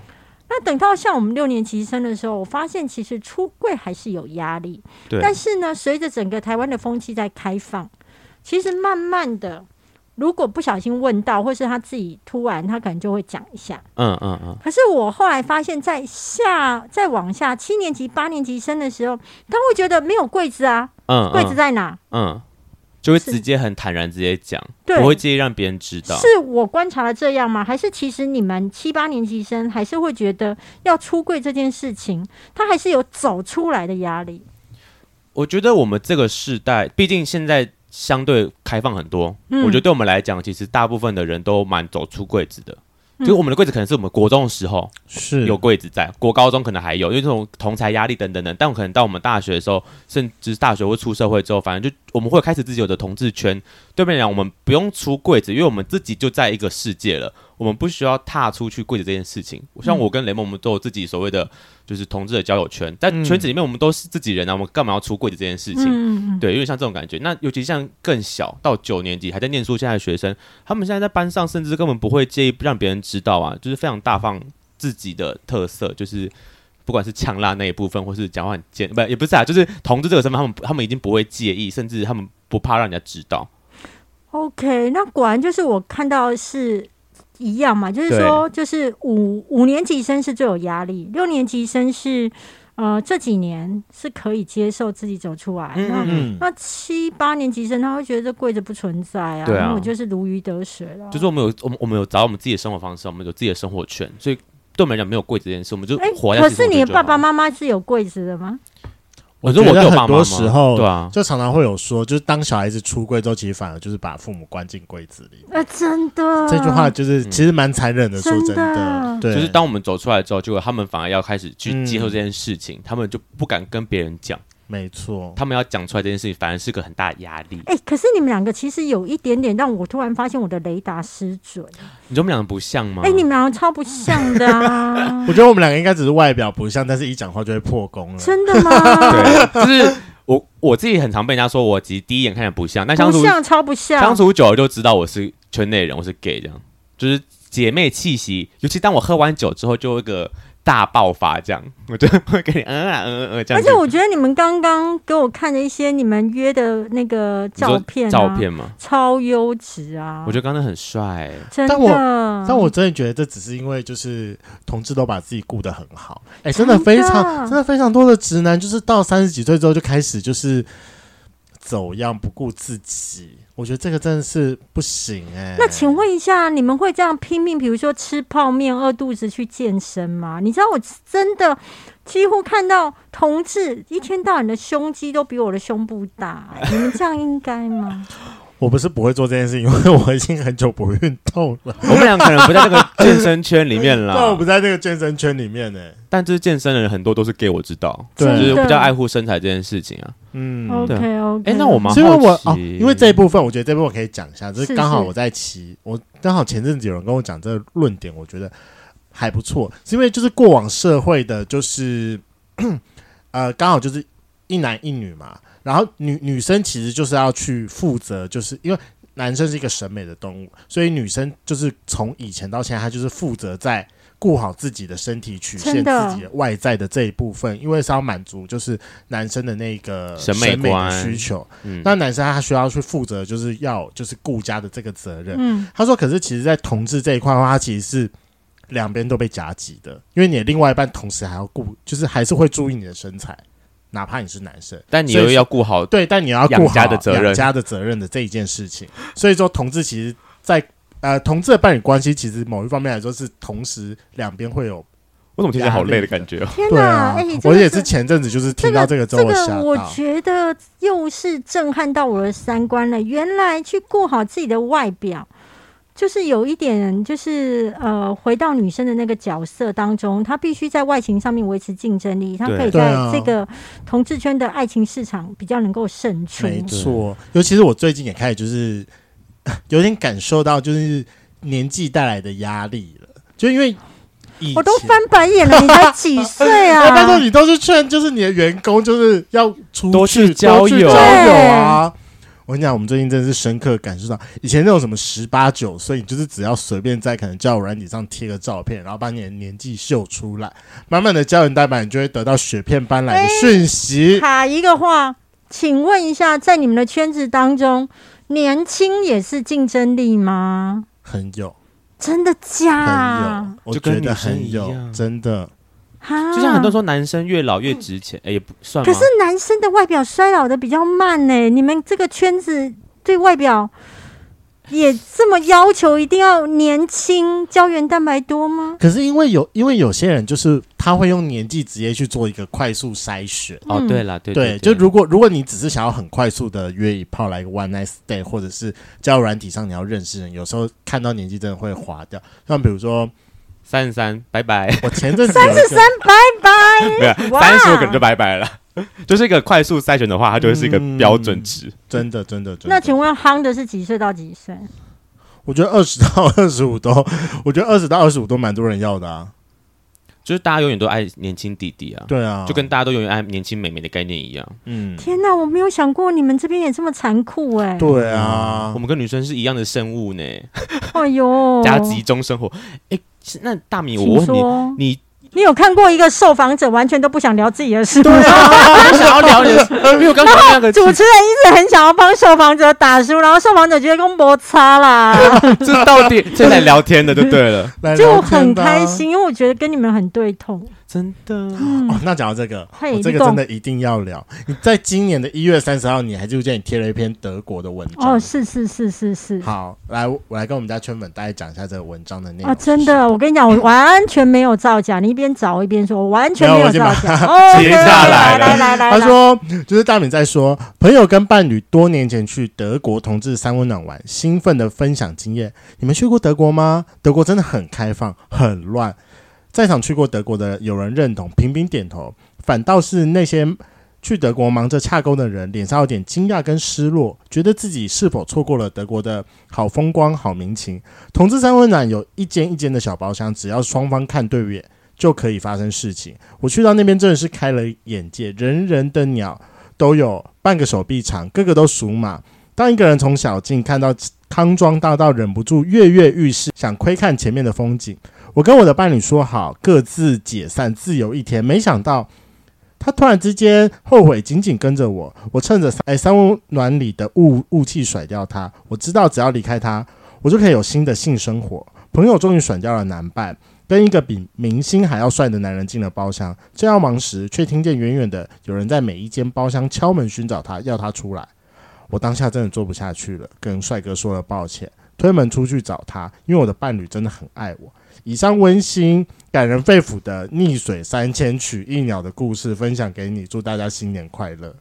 C: 那等到像我们六年级生的时候，我发现其实出柜还是有压力，
B: 对，
C: 但是呢，随着整个台湾的风气在开放，其实慢慢的，如果不小心问到，或是他自己突然，他可能就会讲一下。
B: 嗯嗯嗯，
C: 可是我后来发现，在下再往下七年级、八年级生的时候，他会觉得没有柜子啊，
B: 嗯，
C: 柜子在哪？
B: 嗯，就会
C: 是
B: 直接很坦然直接讲，
C: 对
B: 不会介意让别人知道。
C: 是我观察了这样吗？还是其实你们七八年级生还是会觉得要出柜这件事情，他还是有走出来的压力？
B: 我觉得我们这个世代，毕竟现在相对开放很多，
C: 嗯
B: 我觉得对我们来讲，其实大部分的人都蛮走出柜子的。
C: 嗯
B: 就是我们的柜子可能是我们国中的时候
A: 是
B: 有柜子在，国高中可能还有，因为这种同才压力等等等。但可能到我们大学的时候，甚至大学或出社会之后，反正就我们会开始自己有的同志圈。对面来讲，我们不用出柜子，因为我们自己就在一个世界了，我们不需要踏出去柜子这件事情。
A: 嗯
B: 像我跟雷蒙，我们都有自己所谓的就是同志的交友圈，在
A: 嗯
B: 圈子里面我们都是自己人啊，我们干嘛要出柜子这件事情？
C: 嗯嗯嗯，
B: 对，有点像这种感觉。那尤其像更小到九年级还在念书现在的学生，他们现在在班上甚至根本不会介意让别人知道啊，就是非常大方自己的特色，就是不管是呛辣那一部分，或是讲话很尖，不也不是啊，就是同志这个身份，他们他们已经不会介意，甚至他们不怕让人家知道。
C: OK，那果然就是我看到是一样嘛，就是说，就是五五年级生是最有压力，六年级生是呃这几年是可以接受自己走出来，
B: 嗯
C: 那
B: 嗯
A: 嗯，
C: 那七八年级生他会觉得这柜子不存在啊，
B: 对啊
C: 那我就是如鱼得水了。
B: 就是我们有我们我们有找到我们自己的生活方式，我们有自己的生活圈，所以对我们来讲没有贵这件事，我们就
C: 哎、
B: 活在
C: 可
B: 自己
C: 是
B: 生活
C: 你
B: 圈
C: 的
B: 就
C: 爸
B: 好
C: 爸妈妈是有柜子的吗？
B: 我说我
A: 觉
B: 对我
A: 得
B: 爸
A: 很
B: 妈妈
A: 多时候
B: 对啊，
A: 就常常会有说，就是当小孩子出柜之后，其实反而就是把父母关进柜子里。
C: 呃，真的，
A: 这句话就是
B: 嗯
A: 其实蛮残忍的，说真
C: 真的
A: 对，
B: 就是当我们走出来之后，结果他们反而要开始去
A: 嗯
B: 接受这件事情，他们就不敢跟别人讲，
A: 没错，
B: 他们要讲出来这件事情，反而是个很大的压力。
C: 哎、可是你们两个其实有一点点让我突然发现我的雷达失准。
B: [LAUGHS] 你说我们两个不像吗？
C: 哎、你们两个超不像
B: [LAUGHS]
C: 的啊
A: [LAUGHS] 我！觉得我们两个应该只是外表不像，但是一讲话就会破功了。
C: 真的吗？
B: 对，就是我我自己很常被人家说我其实第一眼看起来不像，但相
C: 不
B: 处
C: 像，超不像。
B: 相处久了就知道我是圈内人，我是 gay 这样，就是姐妹气息。尤其当我喝完酒之后，就有一个大爆发这样， [LAUGHS] 我就会跟你嗯啊嗯嗯嗯这样
C: 而
B: 子。
C: 且我觉得你们刚刚给我看的一些你们约的那个
B: 你说
C: 照片、啊，
B: 照片嘛，
C: 超优质啊！
B: 我觉得刚刚很帅。欸
C: 真的。
A: 但但我真的觉得这只是因为就是同志都把自己顾得很好，哎、真的
C: 真的
A: 非常真的非常多的直男，就是到三十几岁之后就开始就是走样不顾自己，我觉得这个真的是不行哎、
C: 那请问一下，你们会这样拼命，比如说吃泡面、饿肚子去健身吗？你知道我真的几乎看到同志一天到晚的胸肌都比我的胸部大，哎
A: [LAUGHS]
C: 你们这样应该吗？
A: 我不是不会做这件事，因为我已经很久不运动了，
B: 我们俩可能不在那个健身圈里 [LAUGHS] 面啦，
A: 但我不在那个健身圈里面哎呢、
B: 但就是健身的人很多都是 gay，我知道，
A: 对
B: 就是
C: 真的
B: 比较爱护身材这件事情啊。
A: 嗯
C: OK OK，
B: 哎、那我蛮
A: 是因为我
B: 好
A: 哦，
B: 奇，
A: 因为这一部分，我觉得这部分我可以讲一下，就是是刚好
C: 是
A: 我在骑，我刚好前阵子有人跟我讲这个论点，我觉得还不错，是因为就是过往社会的，就是 [CLEARS THROAT] 呃，刚好就是一男一女嘛，然后女女生其实就是要去负责，就是因为男生是一个审美的动物，所以女生就是从以前到现在，她就是负责在顾好自己的身体曲线，
C: 真的
A: 自己外在的这一部分，因为是要满足就是男生的那个
B: 审美
A: 美
B: 观
A: 的需求。
B: 嗯，
A: 那男生他需要去负责，就是要就是顾家的这个责任。
C: 嗯，
A: 他说，可是其实，在同志这一块的话，他其实是两边都被夹击的，因为你的另外一半同时还要顾，就是还是会注意你的身材，哪怕你是男生。
B: 但你
A: 所以
B: 又要顾好，
A: 对，但你要顾
B: 养
A: 好
B: 家的责任
A: 养家的责任的这一件事情。所以说，同志其实在，呃同志的伴侣关系，其实某一方面来说是同时两边会有。
B: 我怎么听起来好累的感觉哦？
C: 天
A: 对
C: 哪，
A: 啊
C: 哎、，
A: 我也
C: 真
A: 是
C: 的
A: 前阵子就是
C: 这
A: 听到这个之
C: 个
A: 后
C: 这
A: 吓
C: 个，我
A: 到。
C: 觉得又是震撼到我的三观了。原来去顾好自己的外表，就是有一点，就是呃，回到女生的那个角色当中，她必须在外形上面维持竞争力，她
B: 对
C: 可以
A: 对
C: 在
A: 啊
C: 这个同志圈的爱情市场比较能够胜出。
A: 没错，尤其是我最近也开始就是呃有点感受到，就是年纪带来的压力了，就因为以
C: 我都
A: 前
C: 翻白眼了，你才几
A: [LAUGHS]
C: 岁啊？
A: 那时候你都哎是劝，就是你的员工就是要出去
B: 多去交
A: 多去
B: 友
A: 啊。我跟你讲，我们最近真的是深刻感受到，以前那种什么十八九岁，你就是只要随便在可能交友软体上贴个照片，然后把你的年纪秀出来，满满的胶原蛋白，你就会得到雪片般来的讯息。
C: 卡一个话，请问一下，在你们的圈子当中，年轻也是竞争力吗？
A: 很有，
C: 真的假？
A: 很有，
C: 啊，
A: 我
B: 就跟
A: 觉得
B: 女生
A: 很
B: 一
A: 有
B: 样，
A: 真的。
B: 就像很多人说男生越老越值钱，哎，也不算吗
C: 可是？男生的外表衰老的比较慢呢、你们这个圈子对外表也这么要求，一定要年轻，胶原蛋白多吗？
A: 可是因为有，因为有些人就是他会用年纪直接去做一个快速筛选。
B: 哦，
C: 嗯
B: 对了，对
A: 对，就如果如果你只是想要很快速的约一炮来个 one night stay，或者是交友软体上你要认识人，有时候看到年纪真的会划掉。像比如说，
B: 三十三，拜拜，
A: 我前阵子三十三
B: [LAUGHS] 没有
C: 哇
B: 三十可能就拜拜了。 [LAUGHS] 就是一个快速筛选的话，它就会是一个标准值。
A: 真的真的真的，
C: 那请问夯的是几岁到几岁？
A: 我觉得二十到二十五都， [LAUGHS] 我觉得二十到二十五都蛮多人要的啊。
B: 就是大家永远都爱年轻弟弟啊，
A: 对啊，
B: 就跟大家都永远爱年轻妹妹的概念一样。
A: 嗯，
C: 天哪，我没有想过你们这边也这么残酷哎、
A: 对啊哦
B: 我，们跟女生是一样的生物呢，
C: 哎呦，
B: 加集中生活。哎，是那大米，我
C: 请
B: 问你，
C: 说，
B: 你
C: 你有看过一个受访者完全都不想聊自己的事吗？
B: 啊想要聊你的，因为我刚刚那个
C: 主持人一直很想要帮受访者打书，然后受访者觉得跟摩擦啦，
B: 这到底现在聊天的就对了，
A: 来
C: 就
A: 聊
C: 很
A: 天啊吧
C: 开。心，因为我觉得跟你们很对痛。
B: 真的。
C: 嗯
A: 哦，那讲到这个，
C: 嘿
A: 我这
C: 你
A: 个
C: 讲
A: 真的一定要聊。你在今年的一月三十号，你还记不记得你贴了一篇德国的文章？
C: 哦，是是是是是，
A: 好，来我我来跟我们家圈粉大概讲一下这个文章的内容。
C: 啊，真的，我跟你讲，我完全没有造假，你一边找一边说，我完全没有造 [LAUGHS] 假。哦，
B: 截下来
C: 来
B: 了
C: 来来来，
A: 他说，就是大米在说，朋友跟伴侣多年前去德国同志三温暖玩，兴奋的分享经验。你们去过德国吗？德国真的很开放，很乱。在场去过德国的有人认同，频频点头，反倒是那些去德国忙着洽沟的人，脸上有点惊讶跟失落，觉得自己是否错过了德国的好风光、好民情。同志三温暖有一间一间的小包厢，只要双方看对眼，就可以发生事情。我去到那边真的是开了眼界，人人的鸟都有半个手臂长，个个都属马。当一个人从小径看到康庄大道，忍不住跃跃欲试，想窥看前面的风景。我跟我的伴侣说好各自解散，自由一天。没想到他突然之间后悔，紧紧跟着我。我趁着哎三温暖里的雾雾气甩掉他。我知道只要离开他，我就可以有新的性生活。朋友终于甩掉了男伴，跟一个比明星还要帅的男人进了包厢，正要忙时，却听见远远的有人在每一间包厢敲门寻找他，要他出来。我当下真的做不下去了，跟帅哥说了抱歉，推门出去找他，因为我的伴侣真的很爱我。以上温馨、感人肺腑的《逆水三千取一鸟》的故事分享给你，祝大家新年快乐。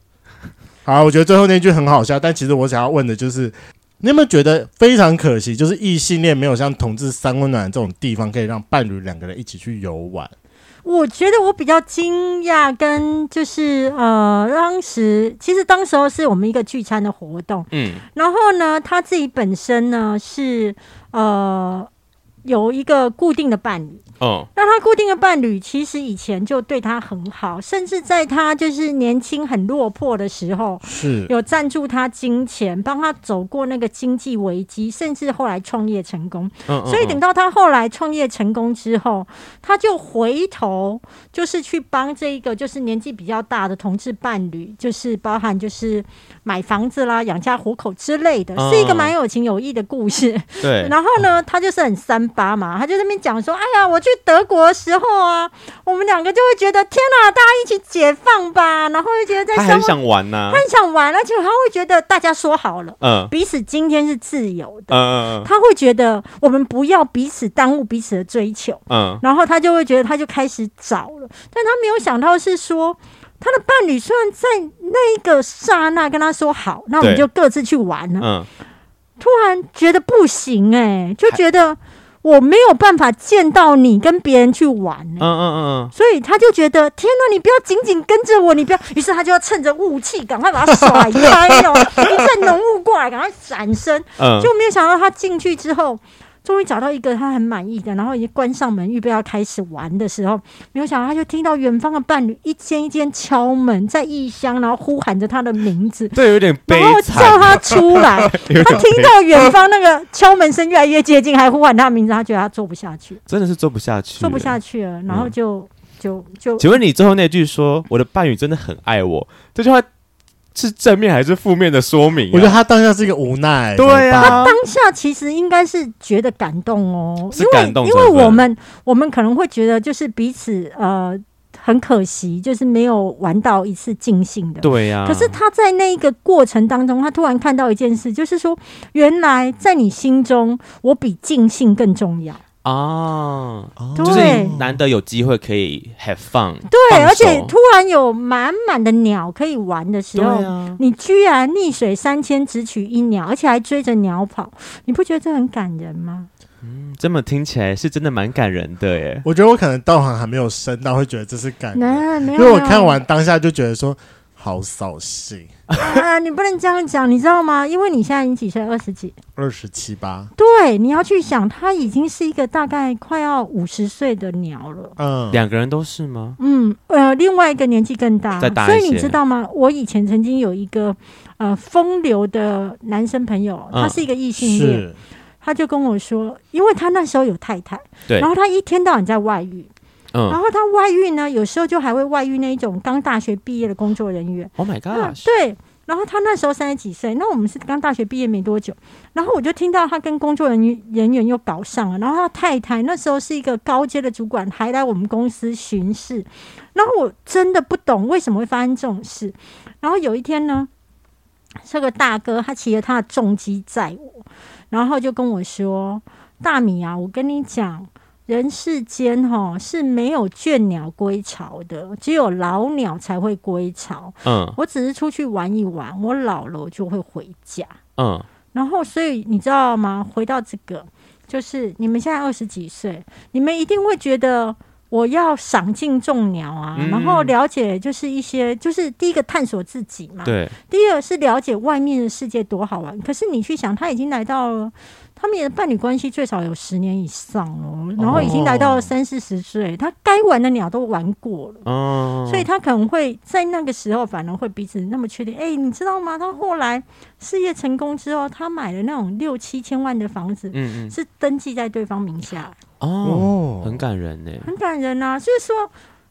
A: 好，我觉得最后那句很好笑，但其实我想要问的就是，你有没有觉得非常可惜，就是异性恋没有像同志三温暖这种地方可以让伴侣两个人一起去游玩？
C: 我觉得我比较惊讶，跟就是呃，当时其实当时候是我们一个聚餐的活动，
B: 嗯，
C: 然后呢，他自己本身呢是呃有一个固定的伴侣。
B: 嗯，
C: 那他固定的伴侣其实以前就对他很好，甚至在他就是年轻很落魄的时候，
A: 是
C: 有赞助他金钱，帮他走过那个经济危机，甚至后来创业成功。
B: 嗯嗯
C: 所以等到他后来创业成功之后，他就回头就是去帮这一个就是年纪比较大的同志伴侣，就是包含就是买房子啦、养家糊口之类的，
B: 嗯
C: 是一个蛮有情有义的故事。
B: 嗯对，
C: 然后呢，他就是很三八嘛，他就在那边讲说：“哎呀，我去德国的时候啊，我们两个就会觉得天哪、大家一起解放吧，然后就觉得在
B: 他
C: 生
B: 很
C: 活
B: 想玩呐，
C: 很想玩，而且他会觉得大家说好了，
B: 嗯
C: 彼此今天是自由的。”
B: 嗯嗯
C: 他会觉得我们不要彼此耽误彼此的追求，
B: 嗯，
C: 然后他就会觉得他就开始找了，但他没有想到是说他的伴侣虽然在那一个刹那跟他说好，那我们
B: 对
C: 就各自去玩了，
B: 嗯
C: 突然觉得不行哎、就觉得我没有办法见到你跟别人去玩、
B: 嗯
C: 欸
B: 嗯嗯
C: 所以他就觉得天哪，你不要紧紧跟着我，你不要。于是他就要趁着雾气赶快把它甩开哦，一阵浓雾过来，赶快闪身。
B: 嗯，
C: 就没有想到他进去之后，终于找到一个他很满意的，然后已经关上门，预备要开始玩的时候，没有想到他就听到远方的伴侣一间一间敲门，在异乡，然后呼喊着他的名字。
B: 对，有点悲
C: 然后叫
B: 惨，啊
C: 他出
B: [LAUGHS]
C: 来，他听到远方那个敲门声越来越接近，还呼喊他的名字，他觉得他做不下去，
B: 真的是啊嗯做不下去，
C: 做不下。去了，然后就、就就
B: 请问你最后那句说“我的伴侣真的很爱我”这句话是正面还是负面的说明啊？
A: 我觉得他当下是一个无奈，
B: 对啊
A: 怎么办，
C: 当下其实应该是觉得感动哦，
B: 是
C: 因为
B: 感动
C: 因
B: 成
C: 为
B: 分
C: 我们我们可能会觉得就是彼此呃很可惜，就是没有玩到一次尽兴的。
B: 对啊呀、
C: 可是他在那一个过程当中，他突然看到一件事，就是说，原来在你心中，我比尽兴更重要。
B: 啊，
A: 哦
B: 就是
C: 对
B: 你难得有机会可以 have fun，
C: 对，
B: 放
C: 而
B: 手
C: 且突然有满满的鸟可以玩的时
B: 对
C: 候，
B: 啊，
C: 你居然逆水三千，只取一鸟，而且还追着鸟跑，你不觉得这很感人吗？
B: 这么听起来是真的蛮感人的耶。
A: 我觉得我可能道行还没有深到，会觉得这是感人，
C: 那没
A: 因
C: 有，
A: 为我看完当下就觉得说好扫兴，
C: 啊，你不能这样讲，你知道吗？因为你现在你几岁？二十几？
A: 二十七八，
C: 对，你要去想，他已经是一个大概快要五十岁的鸟了。
A: 嗯，
B: 两个人都是吗？
C: 嗯，呃，另外一个年纪更大，
B: 再大
C: 所
B: 一
C: 以
B: 些
C: 你知道吗？我以前曾经有一个呃风流的男生朋友，
B: 嗯
C: 他是一个异性恋，
A: 是
C: 他就跟我说，因为他那时候有太太，
B: 对
C: 然，后他一天到晚在外遇，然
B: 嗯
C: 后他外遇呢，有时候就还会外遇那一种刚大学毕业的工作人员，
B: ，Oh my
C: 嗯
B: gosh，
C: 对。然后他那时候三十几岁，那我们是刚大学毕业没多久，然后我就听到他跟工作人员人员又搞上了，然后他太太那时候是一个高阶的主管，还来我们公司巡视，然后我真的不懂为什么会发生这种事。然后有一天呢，这个大哥他骑着他的重机载我，然后就跟我说：“大米啊，我跟你讲，人世间哈、是没有倦鸟归巢的，只有老鸟才会归巢。”
B: 嗯
C: 我只是出去玩一玩，我老了我就会回家。啊
B: 嗯，
C: 然后，所以你知道吗？回到这个，就是你们现在二十几岁，你们一定会觉得我要赏尽众鸟啊，
B: 嗯
C: 然后了解就是一些，就是第一个探索自己嘛，
B: 对，
C: 第二是了解外面的世界多好玩。可是你去想，他已经来到了。他们的伴侣关系最少有十年以上哦，然后已经来到了三四十岁，他该玩的鸟都玩过了。
B: 嗯，
C: 所以他可能会在那个时候反而会彼此那么确定。哎、你知道吗？他后来事业成功之后，他买了那种六七千万的房子，
B: 嗯嗯，
C: 是登记在对方名下，
B: 哦，
A: 哦
B: 很，感人呢。
C: 很感人啊。所以说，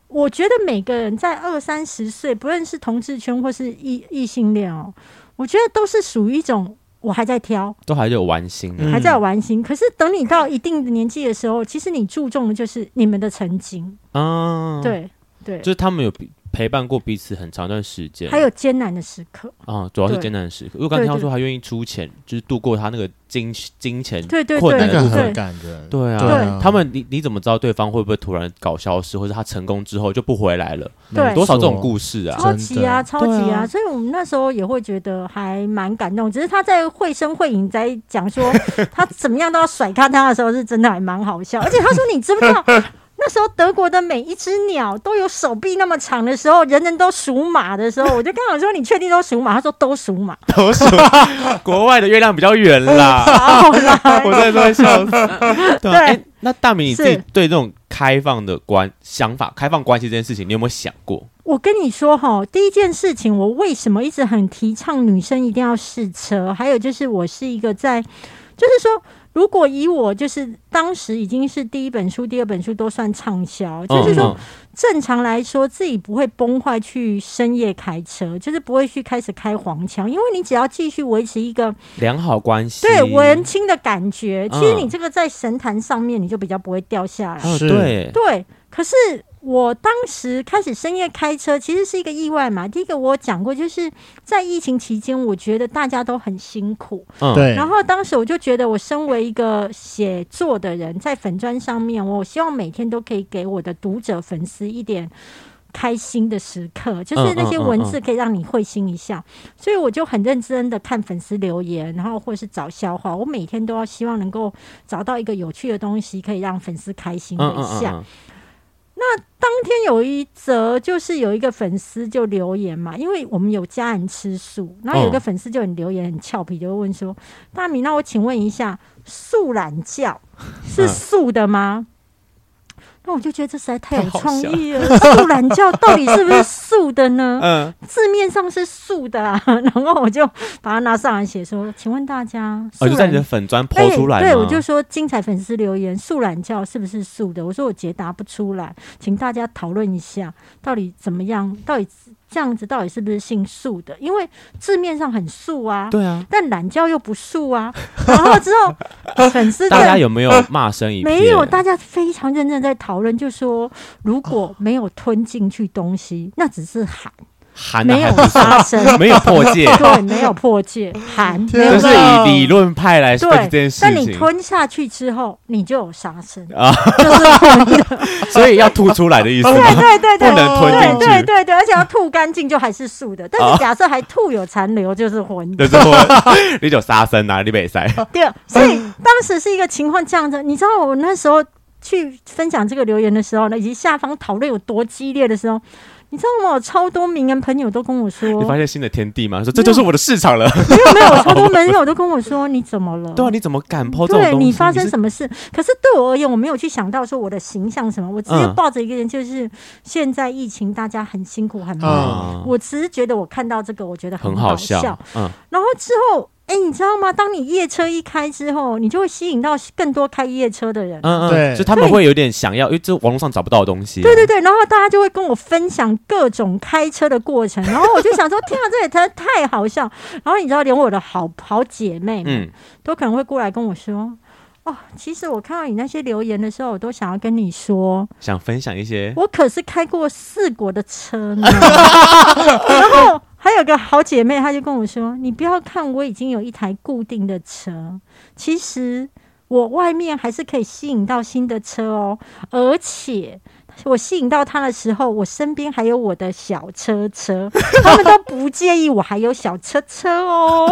C: 我觉得每个人在二三十岁，不论是同志圈或是异异性恋哦，我觉得都是属于一种。我还在挑，
B: 都还有玩心啊
A: 嗯
B: 呢。
C: 还在有玩心。可是等你到一定的年纪的时候，其实你注重的就是你们的曾经，
B: 嗯，，
C: 对对
B: 就，是他们有比陪伴过彼此很长一段时间，
C: 还有艰难的时刻，
B: 啊，主要是
C: 对
B: 艰难的时刻。因为我刚才听到
C: 对
B: 说他愿意出钱，就是度过他那个金金钱。
C: 对对
B: 困
C: 对
A: 那
B: 难的
A: 个
B: 部分
A: 很
C: 对，
A: 感人，
B: 对啊，
A: 对啊
B: 他们你你怎么知道对方会不会突然搞消失，或者他成功之后就不回来了？
A: 没
C: 对
B: 多少这种
A: 错
B: 故事啊？
C: 超级啊，超级
B: 对
C: 啊！
B: 啊
C: 所以我们那时候也会觉得还蛮感动。只是他在绘声绘影在讲说他怎么样都要甩开他的时候，是真的还蛮好笑。而且他说：“你知不知道？”那时候德国的每一只鸟都有手臂那么长的时候，人人都属马的时候，我就跟他说：“你确定都属马？”他说：“都属马。
B: 都是 [LAUGHS] 国外的月亮比较圆啦，
C: 好啦”
B: [LAUGHS] 我真的都会笑死。对啊，
C: 对 [LAUGHS]
B: 哎那大明你自己
C: 是
B: 对这种开放的关想法、开放关系这件事情，你有没有想过？
C: 我跟你说哈，第一件事情，我为什么一直很提倡女生一定要试车？还有就是，我是一个在，就是说，如果以我就是当时已经是第一本书、第二本书都算畅销，就是说，
B: 嗯
C: 正常来说自己不会崩坏去深夜开车，就是不会去开始开黄腔，因为你只要继续维持一个
B: 良好关系，
C: 对文青的感觉，其实
B: 嗯
C: 你这个在神坛上面你就比较不会掉下来。
B: 嗯
A: 是
B: 对，
C: 对，可是我当时开始深夜开车，其实是一个意外嘛。第一个我有讲过，就是在疫情期间，我觉得大家都很辛苦。
B: 嗯，
A: 对
C: 然后当时我就觉得，我身为一个写作的人，在粉砖上面，我希望每天都可以给我的读者粉丝一点。开心的时刻，
B: 嗯
C: 就是那些文字可以让你会心一笑，所以我就很认真的看粉丝留言，然后或是找笑话，我每天都要希望能够找到一个有趣的东西，可以让粉丝开心
B: 嗯
C: 一
B: 嗯
C: 下。
B: 嗯
C: 当天有一则就是有一个粉丝就留言嘛，因为我们有家人吃素，然后
B: 哦
C: 有一个粉丝就很留言很俏皮，就问说：“大米，那我请问一下，素懒觉
B: 嗯
C: 是素的吗？”那我就觉得这实在太有
B: 太好
C: 创
B: 笑
C: 意了，素懒觉到底是不是素的
B: [LAUGHS]
C: 呢？
B: 嗯，
C: 字面上是素的啊，然后我就把它拿上来写说：“请问大家，素
B: 哦，就在
C: 懒
B: 你的粉砖
C: 哎，
B: 剖出来吗，
C: 对，我就说精彩粉丝留言，素懒觉是不是素的？我说我解答不出来，请大家讨论一下，到底怎么样？到底这样子到底是不是姓素的？因为字面上很素啊，
B: 对啊，
C: 但懒觉又不素啊。 [LAUGHS] 然后之后粉丝
B: 大家
C: 的。
B: 有没有骂声一片？
C: 没有，大家非常认真在讨论，就说如果没有吞进去东西，那只是喊，
B: 含的
C: 没
B: 还
C: 有
B: 啊不是
C: 发生，
B: [LAUGHS] 没有破
C: [LAUGHS]
B: 戒，
C: 对，没有破戒，喊，没
A: 天
C: 有
B: 啊这
A: 哪
B: 是以理论派来分这件
C: 对，
B: 事
C: 但你
B: 情，
C: 吞下去之后，你就有杀生
B: 啊
C: 就是吞的
B: 所以要吐出来的意思
C: [LAUGHS] 对
B: 吗？
C: 对
B: 不
C: 对对。
B: 能吞
C: 对
B: 进
C: 对
B: 去，
C: 对对，而且要吐干净就还是素
B: [LAUGHS]
C: 的，但
B: 啊
C: 是假设还吐有残留就是荤的。
B: 就是说 [LAUGHS] 你就杀生啊，你北塞，
C: 对，所以当时是一个情况这样子。你知道我那时候去分享这个留言的时候呢，以及下方讨论有多激烈的时候，你知道吗？我超多名人朋友都跟我说，
B: 你发现新的天地吗？说这就是我的市场了，
C: 没有没有，我
B: [LAUGHS]
C: 超多朋友都跟我说你怎么了？
B: 对啊，你怎么敢剖这种
C: 嗯对
B: 东西？
C: 你发生
B: 么？
C: 什么事？可是对我而言，我没有去想到说我的形象什么，我只是
B: 嗯
C: 抱着一个人，就是现在疫情大家很辛苦很忙，
B: 啊，
A: 嗯
C: 我只是觉得我看到这个，我觉得
B: 很
C: 好
B: 好笑，嗯，
C: 然后之后，哎、你知道吗？当你夜车一开之后，你就会吸引到更多开夜车的人。
B: 嗯嗯，
A: 对
B: 就他们会有点想要，因为这网络上找不到的东西、
C: 对对，对，然后大家就会跟我分享各种开车的过程，然后我就想说， [LAUGHS] 天啊，这也太太好笑。然后你知道，连我的好好姐妹们，
B: 嗯，
C: 都可能会过来跟我说：“哦，其实我看到你那些留言的时候，我都想要跟你说，
B: 想分享一些，
C: 我可是开过四国的车呢。”然后还有个好姐妹，她就跟我说：“你不要看我已经有一台固定的车，其实我外面还是可以吸引到新的车哦，而且。”我吸引到她的时候，我身边还有我的小车车，他们都不介意我还有小车车哦。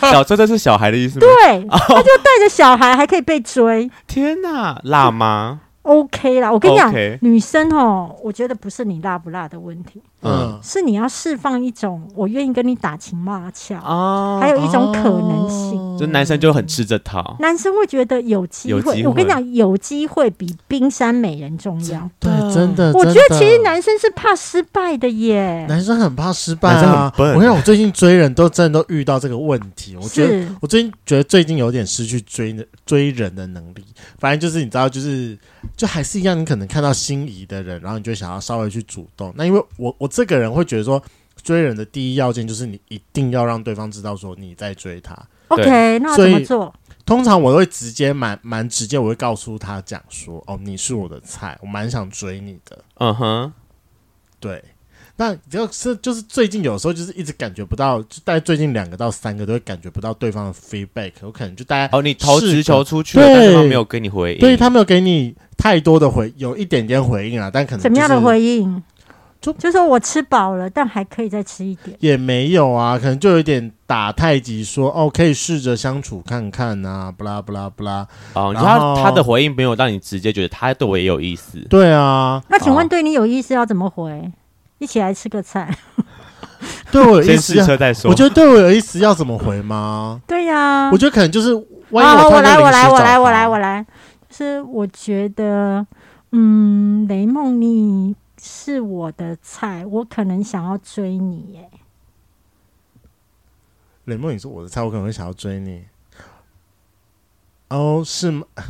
B: 小车这是小孩的意思吗？
C: 对，他就带着小孩还可以被追。
B: 天哪，辣妈，
C: OK 啦，我跟你讲
B: OK
C: 女生哦，我觉得不是你辣不辣的问题，
A: 嗯，
C: 是你要释放一种我愿意跟你打情骂俏，
A: 哦
B: 啊，
C: 还有一种可能性。
B: 就男生就很吃这套，
C: 男生会觉得有机
B: 有
C: 会，
B: 机会
C: 我跟你讲，有机会比冰山美人重要。
A: 对，真的，
C: 我觉得
A: 真的
C: 其实男生是怕失败的耶，
A: 男生很怕失败
B: 男生很
A: 啊。
B: 笨
A: 我想我最近追人都真的都遇到这个问题，我觉得
C: 是
A: 我最近觉得最近有点失去追人追人的能力，反正就是你知道，就是就还是一样，你可能看到心仪的人，然后你就想要稍微去主动。那因为我我这个人会觉得说，追人的第一要件就是你一定要让对方知道说你在追他。
C: OK，那要
A: 所
C: 怎
A: 以
C: 么做？
A: 通常我会直接蛮蛮直接，我会告诉他讲说，哦，你是我的菜，我蛮想追你的。
B: 嗯哼，
A: 对，那只要是就是最近有时候就是一直感觉不到，就大概最近两个到三个都会感觉不到对方的 feedback，有可能就大家
B: 哦，你投
A: 是
B: 直
A: 的
B: 球出去了，
A: 对
B: 但是他没有跟你回应，
A: 对他没有给你太多的回，有一点点回应啊，但可能、
C: 怎么样的？回应？
A: 就
C: 就说我吃饱了，但还可以再吃一点。
A: 也没有啊，可能就有点打太极说，哦，可以试着相处看看啊，不啦不啦不啦，
B: 哦，
A: 然
B: 你说他
A: 后
B: 他的回应没有让你直接觉得他对我也有意思，
A: 对啊，
C: 那请问
B: 哦
C: 对你有意思要怎么回？一起来吃个菜。 [LAUGHS]
A: 对我有意
B: 先
A: 思
B: 试
A: 要，
B: 车再说。
A: 我觉得对我有意思要怎么回吗？
C: 对呀、
A: 我觉得可能就是，万一
C: 嗯好，
A: 突
C: 啊
A: 然
C: 我来，
A: 间
C: 我来，
A: 临
C: 我
A: 时
C: 来，
A: 找
C: 我
A: 他
C: 来，我来。就是我觉得，嗯，雷梦，你是我的菜，我可能想要追你耶。
A: 雷梦，你是我的菜，我可能会想要追你。哦，是吗？可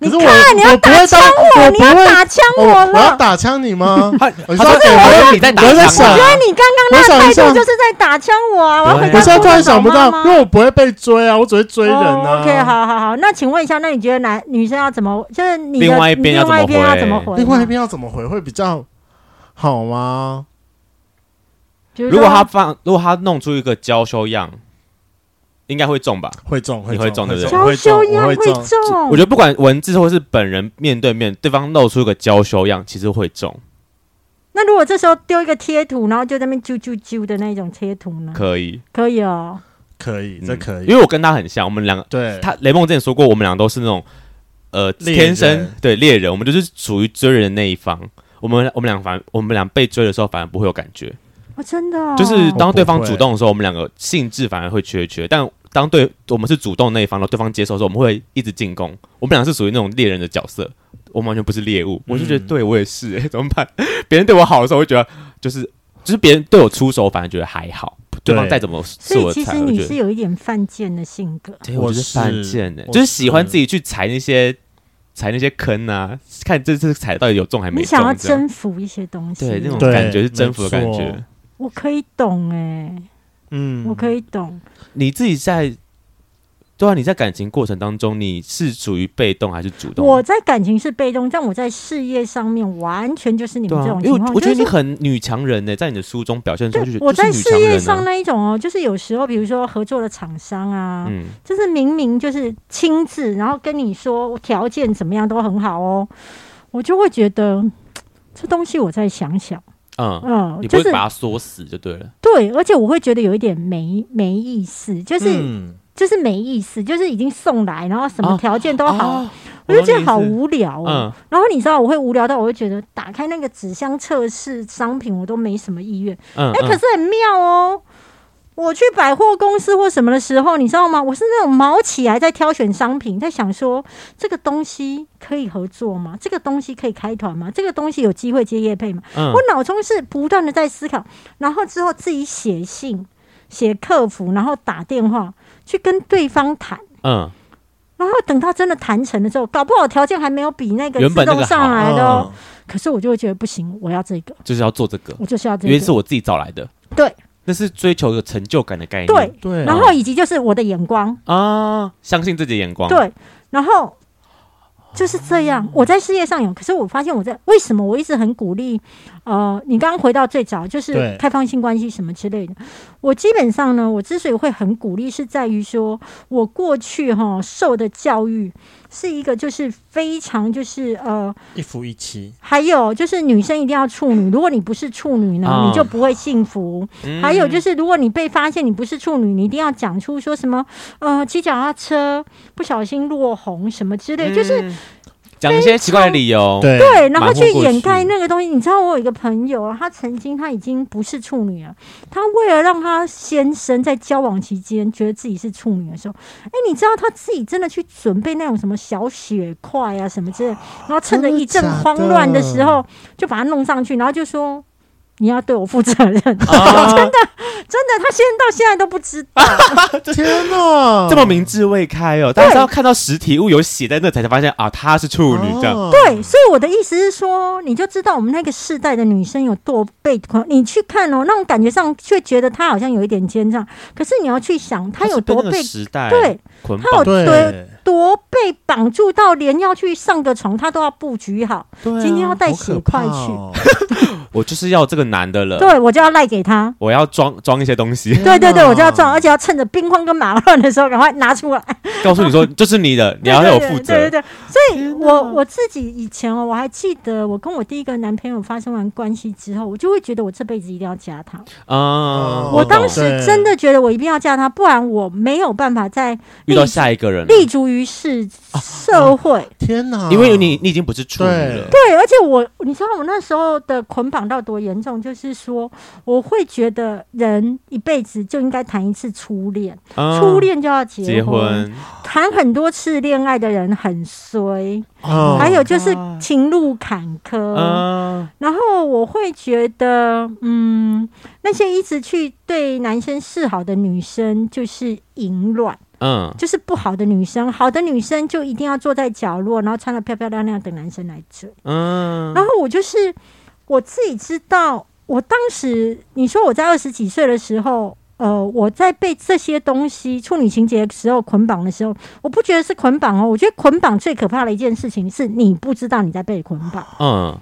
C: 你
A: 是
C: 看，
A: 我
C: 你要
A: 我不
C: 打
A: 会
C: 枪
A: 当，我
C: 我，
A: 不
C: 你
A: 会
C: 要，打枪
A: 哦
C: 哎我
A: 我要
C: 了。
A: 打枪你
C: [LAUGHS]
A: 吗？
B: 他
A: 我
B: 他
A: 是要
B: 说哎
A: 给
B: 我
A: 我
B: 说你在打
A: 我在
B: 枪
A: 想
B: 啊
C: 因为你刚刚
A: 我
C: 那
A: 想
C: 个态
A: 一下
C: 度就是在打枪我啊！我要回
B: 对
C: 答
A: 我现在
C: 我
A: 突然想不到
C: 妈，妈
A: 因为我不会被追啊，我只会追人
C: 哦
A: 啊。
C: OK，好好好，那请问一下，那你觉得男女生要怎么？就是你的
B: 另外一边要怎
C: 另
B: 么
C: 外一边要
B: 回
C: 怎么回呢？啊
A: 另外一边要怎么回会比较好吗？
C: 比如说，
B: 如果他放，如果他弄出一个娇羞样，应该会中吧？
A: 会中，
B: 你
A: 会
B: 会中对不对
A: 我
C: 娇
A: 会中
C: 羞一样
A: 我会
C: 会
A: 中。
C: 中，
B: 我觉得不管文字或是本人面对面，对方露出一个娇羞样，其实会中，
C: 那如果这时候丢一个贴图，然后就在那边啾啾啾的那种贴图呢？
B: 可以，
C: 可以哦，
A: 可以，这
B: 嗯
A: 可以
B: 因。为我跟他很像，我们两个，
A: 对，
B: 他雷梦之前说过，我们俩都是那种呃
A: 猎
B: 天生
A: 人
B: 对猎人，我们就是属于追人的那一方。我们我们俩反我们俩被追的时候反而不会有感觉，
C: 哦，真的、哦，
B: 就是当对方
A: 我不会
B: 主动的时候，我们两个兴致反而会缺缺。但当对我们是主动那一方，然后对方接受的时候，我们会一直进攻。我们俩是属于那种猎人的角色，我们完全不是猎物。
A: 嗯
B: 我就觉得对我也是、欸，怎么办？ [LAUGHS] 别人对我好的时候，我会觉得就是就是别人对我出手，反而觉得还好。对方再怎么
C: 所
B: 是我
C: 以
B: 的
C: 其
B: 菜，
C: 实
B: 我
C: 你
B: 觉
C: 是
B: 得
C: 有一点犯贱的性格。
B: 对我就是犯贱呢、
A: 我是
B: 就是喜欢自己去踩那些踩那些坑啊，看这次踩到底有中还没
C: 你
B: 中。
C: 想要
B: 这样
C: 征服一些东西，
B: 对那种
A: 对
B: 感觉是征服的感
A: 没错
B: 觉。
C: 我可以懂哎、
A: 嗯
C: 我可以懂。
B: 你自己在，对啊，你在感情过程当中，你是属于被动还是主动？
C: 我在感情是被动，但我在事业上面完全就是你
B: 对
C: 们
B: 啊
C: 这种，
B: 因
C: 情
B: 为
C: 况。
B: 我觉得
C: 就是
B: 你很女强人呢、在你的书中表现出
C: 对
B: 就是
C: 我在事业上
B: 呢，
C: 那一种哦，就是有时候比如说合作的厂商啊，
B: 嗯，
C: 就是明明就是亲自，然后跟你说条件怎么样都很好哦，我就会觉得这东西我再想想，
B: 嗯，
C: 嗯，
B: 你不
C: 就
B: 会
C: 是
B: 把它锁死就对了。
C: 对，而且我会觉得有一点没没意思，就是、
A: 嗯
C: 就是没意思，就是已经送来，然后什么
B: 啊
C: 条件都好，
B: 哦
C: 我就觉得好无聊哦。
B: 嗯，
C: 然后你知道我会无聊到，我会觉得打开那个纸箱测试商品，我都没什么意愿。
B: 嗯，
C: 哎、
B: 嗯
C: 可是很妙哦。我去百货公司或什么的时候，你知道吗？我是那种毛起来在挑选商品，在想说这个东西可以合作吗？这个东西可以开团吗？这个东西有机会接业配吗？
B: 嗯
C: 我脑中是不断的在思考，然后之后自己写信、写客服，然后打电话去跟对方谈。
B: 嗯，
C: 然后等到真的谈成了之后，搞不好条件还没有比那个
B: 原
C: 自
B: 本那个
C: 动上
B: 好
C: 来的哦。
A: 嗯
C: 可是我就会觉得不行，我要这个，
B: 就是要做这个，
C: 我就是要这
B: 因为是
C: 个。
B: 我自己找来的。
C: 对，
B: 那是追求有成就感的概念。
C: 对，
A: 对，啊
C: 然后以及就是我的眼光，
B: 啊，相信自己的眼
A: 哦
B: 光。，
C: 对，然后就是这样。我在事业上有，可是我发现我在为什么我一直很鼓励，呃，你刚刚回到最早就是
A: 对
C: 开放性关系什么之类的。我基本上呢，我之所以会很鼓励，是在于说我过去哈受的教育是一个就是非常就是呃，
A: 一夫一妻，
C: 还有就是女生一定要处女，如果你不是处女
A: 啊
C: 呢，
B: 哦
C: 你就不会幸福。
B: 嗯
C: 还有就是，如果你被发现你不是处女，你一定要讲出说什么呃，骑脚踏车不小心落红什么之类，就是
B: 嗯讲一些奇怪的理由。，
A: 对
C: 对，然后去
B: 瞒哦过
C: 掩
B: 去 [LAUGHS]
C: 盖那个东西。你知道，我有一个朋友啊，他曾经他已经不是处女了，他为了让他先生在交往期间觉得自己是处女的时候，哎，你知道他自己真的去准备那种什么小血块啊什么之类，然后趁着
A: 真的
C: 一阵
A: 假的
C: 慌乱的时候就把它弄上去，然后就说。你要对我负责任，真的，真的，他现在到现在都不知道。
A: 天哪，
C: 哦
B: 这么明智未开哦，大家是要看到实体物有血在那才才发现啊，她是处女这
D: 嗯
B: 样。
A: 哦，
C: 对，所以我的意思是说，你就知道我们那个世代的女生有多被恐你去看哦，那种感觉上却觉得她好像有一点奸诈，可是你要去想，她有
B: 是被
C: 多
B: 那
C: 被
B: 个时代
C: 对
B: 捆
C: 她有
B: 绑，
A: 对
C: 多，多被绑住到连要去上个床，她都要布局好，
A: 对啊
C: 今天要带
A: 好可
C: 血块
A: 怕
C: 去
A: 哦
D: 我就是要这个男的了，
C: 对我就要赖给他。
D: 我要装装一些东西，
C: 对对对，我就要撞，而且要趁着兵荒跟马乱的时候赶快 [LAUGHS] 拿出来。
D: [LAUGHS] 告诉你
C: [LAUGHS]
D: 说这是你的，你要
C: 对
D: 有
C: 对
D: 负
C: 对
D: 责。
C: 对对，所以我我自己以前哦，我还记得我跟我第一个男朋友发生完关系之后，我就会觉得我这辈子一定要嫁他。
D: 啊，
C: 我
D: 懂
C: 当时
A: 对
C: 真的觉得我一定要嫁他，不然我没有办法再
D: 遇到下一个人了，哦
C: 立足于世社会。
A: 天哪！
D: 因为你你已经不是处女了，
C: 对，而且我，你知道我那时候的捆绑到多严重，就是说，我会觉得人一辈子就应该谈一次初恋，
D: 啊
C: 初恋就要结
D: 结婚，
C: 谈很多次恋爱的人很衰，
A: 哦
C: 还有就是
D: 啊
C: 情路坎坷。
D: 啊，
C: 然后我会觉得，嗯，那些一直去对男生示好的女生就是淫乱，
D: 嗯，
C: 就是不好的女生。好的女生就一定要坐在角落，然后穿的漂漂亮亮，等男生来追。
D: 嗯
C: 然后我就是我自己知道，我当时你说我在二十几岁的时候，呃，我在被这些东西处女情节的时候捆绑的时候，我不觉得是捆绑哦，我觉得捆绑最可怕的一件事情是你不知道你在被捆绑。
D: 嗯，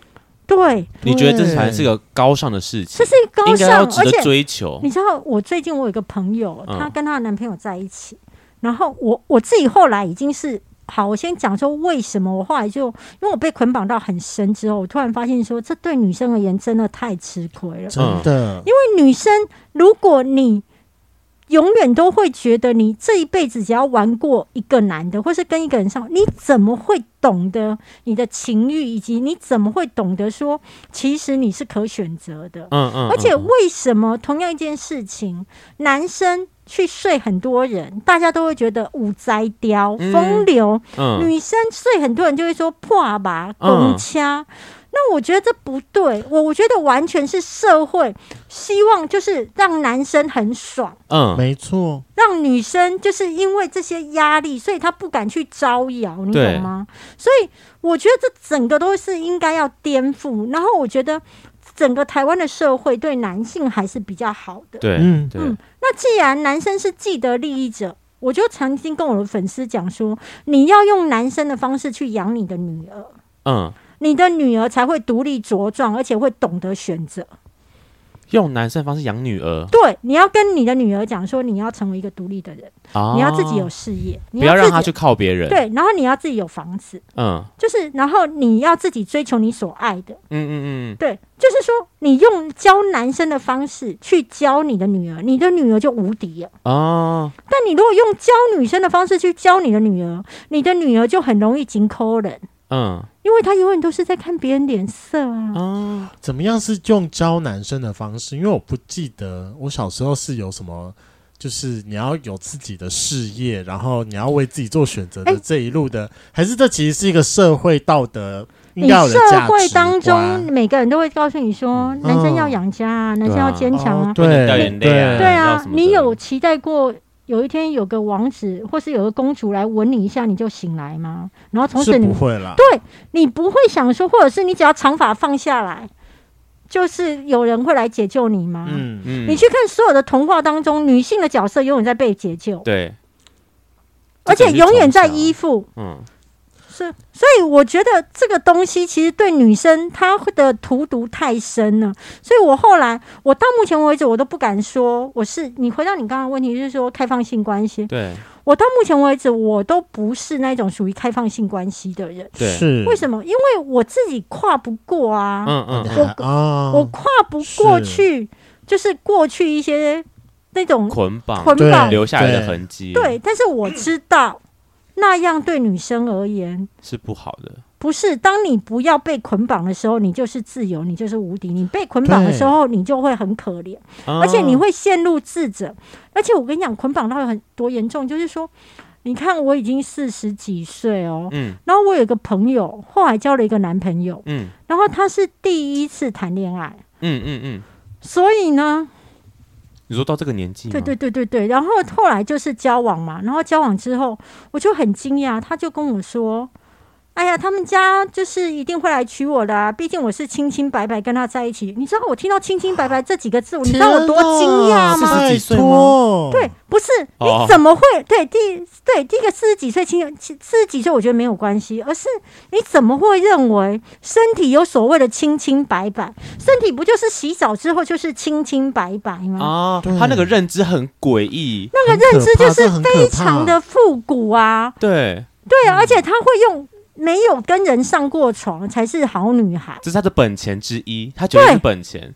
C: 对，
D: 你觉得这才是个高尚的事情
C: 这，是高
D: 应该要
C: 尚，
D: 值
C: 而
D: 得
C: 且
D: 追
B: 哦
D: 求
C: 你知道，我最近我有一个朋友，
D: 嗯
C: 她跟她的男朋友在一起，然后我我自己后来已经是。好，我先讲说为什么我后来就因为我被捆绑到很深之后，我突然发现说，这对女生而言真的太吃亏了。
A: 真的，因为
C: 因为女生，如果你永远都会觉得你这一辈子只要玩过一个男的，或是跟一个人上，你怎么会懂得你的情欲，以及你怎么会懂得说，其实你是可选择的？
D: 嗯嗯，
C: 而且
D: 嗯
C: 为什么同样一件事情，男生去睡很多人，大家都会觉得五灾雕、
D: 嗯
C: 风流；
D: 嗯
C: 女生睡很多人就会说破吧、
D: 嗯
C: 拱掐。那我觉得这不对，我我觉得完全是社会希望就是让男生很爽，
D: 嗯，
A: 没错，
C: 让女生就是因为这些压力，所以她不敢去招摇，你
D: 对
C: 懂吗？所以我觉得这整个都是应该要颠覆。然后我觉得整个台湾的社会对男性还是比较好的。
D: 对，
A: 嗯
D: 对，
C: 嗯那既然男生是既得利益者，我就曾经跟我的粉丝讲说，你要用男生的方式去养你的女儿，
D: 嗯，
C: 你的女儿才会独立茁壮，而且会懂得选择。
D: 用男生的方式养女儿
C: 对，你要跟你的女儿讲说，你要成为一个独立的人，
D: 啊，
C: 你要自己有，事业，你
D: 不要
C: 自
D: 让
C: 己
D: 他去靠别人，，
C: 对，然后你要自己有房子，
D: 嗯
C: 就是然后你要自己追求你所爱的。
D: 嗯嗯嗯，
C: 对，就是说你用教男生的方式去教你的女儿，你的女儿就无敌了。
D: 哦，
C: 但你如果用教女生的方式去教你的女儿，你的女儿就很容易紧抠人，
D: 嗯
C: 因为她永远都是在看别人脸色啊。
D: 啊，
A: 怎么样是用教男生的方式？因为我不记得我小时候是有什么。就是你要有自己的事业，然后你要为自己做选择的
C: 哎
A: 这一路的，还是这其实是一个社会道德应
C: 你
A: 该有的
C: 社
A: 价值
C: 会当
A: 观
C: 中，每个人都会告诉你说，
D: 嗯
C: 男生要养家啊，男生要坚强
A: 哦
C: 啊。
D: 不能掉眼
A: 对
D: 泪啊
C: 对
D: 要
C: 啊
D: 什，么的
C: 你有期待过有一天有个王子或是有个公主来吻你一下，你就醒来吗？然后从此
A: 是
C: 你
A: 不会啦。
C: 对你不会想说，或者是你只要长发放下来，就是有人会来解救你吗？
A: 嗯，
D: 嗯，
C: 你去看所有的童话当中，女性的角色永远在被解救，
B: 嗯
D: 对，
C: 而且永远在依
D: 一，
C: 附。
D: 嗯
C: 是，所以我觉得这个东西其实对女生她的荼毒太深了。所以我后来，我到目前为止，我都不敢说我是。你回到你刚刚的问题，就是说开放性关系，
D: 对
C: 我到目前为止，我都不是那种属于开放性关系的人。
D: 对，
A: 是
C: 为什么？因为我自己跨不过啊。
D: 嗯嗯
A: 我啊，
C: 我跨不过去，就是过去一些那种
D: 捆绑
C: 捆
A: 对
C: 绑。
D: 留下来的痕迹，
C: 对，，但是我知道那样对女生而言
D: 是不好的，
C: 不是。当你不要被捆绑的时候，你就是自由，你就是无敌。你被捆绑的时候，你就会很可怜，
B: 嗯
C: 而
D: 而
C: 且你会陷入自责。而且我跟你讲，捆绑到有很多严重，就是说，你看我已经四十几岁哦。
D: 嗯
C: 然后我有一个朋友，后来交了一个男朋友，
D: 嗯
C: 然后他是第一次谈恋爱，
D: 嗯嗯嗯，
C: 所以呢，
D: 你说到这个年
B: 嗯
D: 纪吗，
C: 对对对对对，然后后来就是交往嘛，然后交往之后，我就很惊讶，他就跟我说：“哎呀，他们家就是一定会来娶我的、啊，毕竟我是清清白白跟他在一起。”你知道我听到“清清白白”这几个字，你知道我多惊讶
A: 天哪
C: 吗？
D: 40几岁吗
A: 拜托
C: 对，不不是，
D: 哦
C: 你怎么会对第对第一个四十几岁亲友亲四十几岁，我觉得没有关系，而是你怎么会认为身体有所谓的清清白白？身体不就是洗澡之后就是清清白白吗？
D: 啊，
A: 对
D: 他那个认知很诡异，
A: 那
C: 那个认知就是
A: 非
C: 非常的复古啊，
D: 对，
C: 对
A: 嗯
C: 啊，而且他会用没有跟人上过床才是好女孩，
D: 这是他的本钱之一，他觉得是本钱，，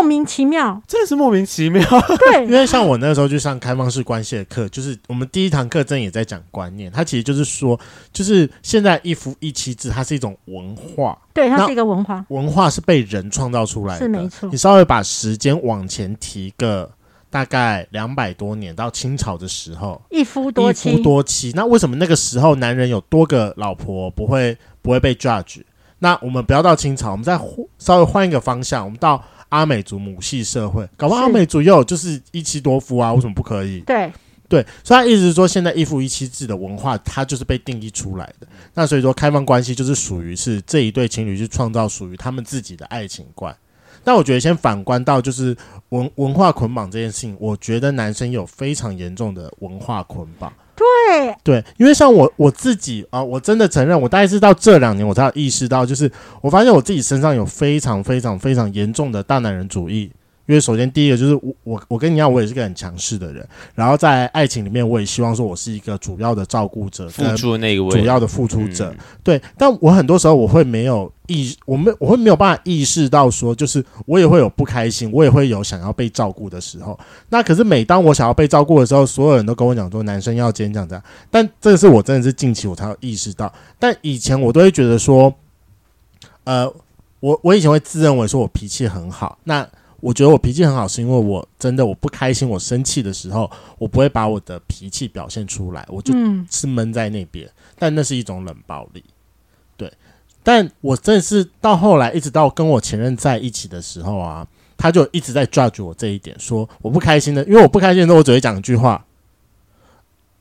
C: 莫名其妙
D: 真的是莫名其妙。
C: 对
A: 因 [LAUGHS] 为像我那时候去上开放式关系的课，就是我们第一堂课真的也在讲观念，它其实就是说，就是现在一夫一妻制，它是一种文化，
C: 对，它
A: 那
C: 是一个文化，
A: 文化是被人创造出来的，
C: 是没错
A: 你稍微把时间往前提个大概两百多年，到清朝的时候，
C: 一夫多
A: 一
C: 妻
A: 夫，多妻。那为什么那个时候男人有多个老婆不会不会被 judge？那我们不要到清朝，我们再换稍微换一个方向，我们到阿美族母系社会，搞不好
C: 是
A: 阿美族也有就是一妻多夫啊，为什么不可以？
C: 对，
A: 对，所以他意思是说，现在一夫一妻制的文化，它就是被定义出来的。那所以说，开放关系就是属于是这一对情侣去创造属于他们自己的爱情观。但我觉得先反观到就是文文化捆绑这件事情，我觉得男生有非常严重的文化捆绑。
C: 对，
A: 对，因为像我我自己啊、我真的承认，我大概是到这两年我才有意识到，就是我发现我自己身上有非常非常非常严重的大男人主义。因为首先第一个就是我我我跟你一样，我也是个很强势的人，然后在爱情里面，我也希望说我是一个主要的照顾
D: [LAUGHS]
A: 者，
D: 付出的那一位
A: 主要的付出者。
D: 嗯
A: 对，但我很多时候我会没有意，我没我会没有办法意识到说，就是我也会有不开心，我也会有想要被照顾的时候。那可是每当我想要被照顾的时候，所有人都跟我讲说男生要坚强这样。但这个是我真的是近期我才有意识到，但以前我都会觉得说，呃，我我以前会自认为说我脾气很好，那。我觉得我脾气很好，是因为我真的我不开心、我生气的时候，我不会把我的脾气表现出来，我就
C: 嗯，
A: 是闷在那边，但那是一种冷暴力。对，但我真的是到后来，一直到跟我前任在一起的时候啊，他就一直在抓住我这一点，说我不开心的，因为我不开心的时候，我只会讲一句话：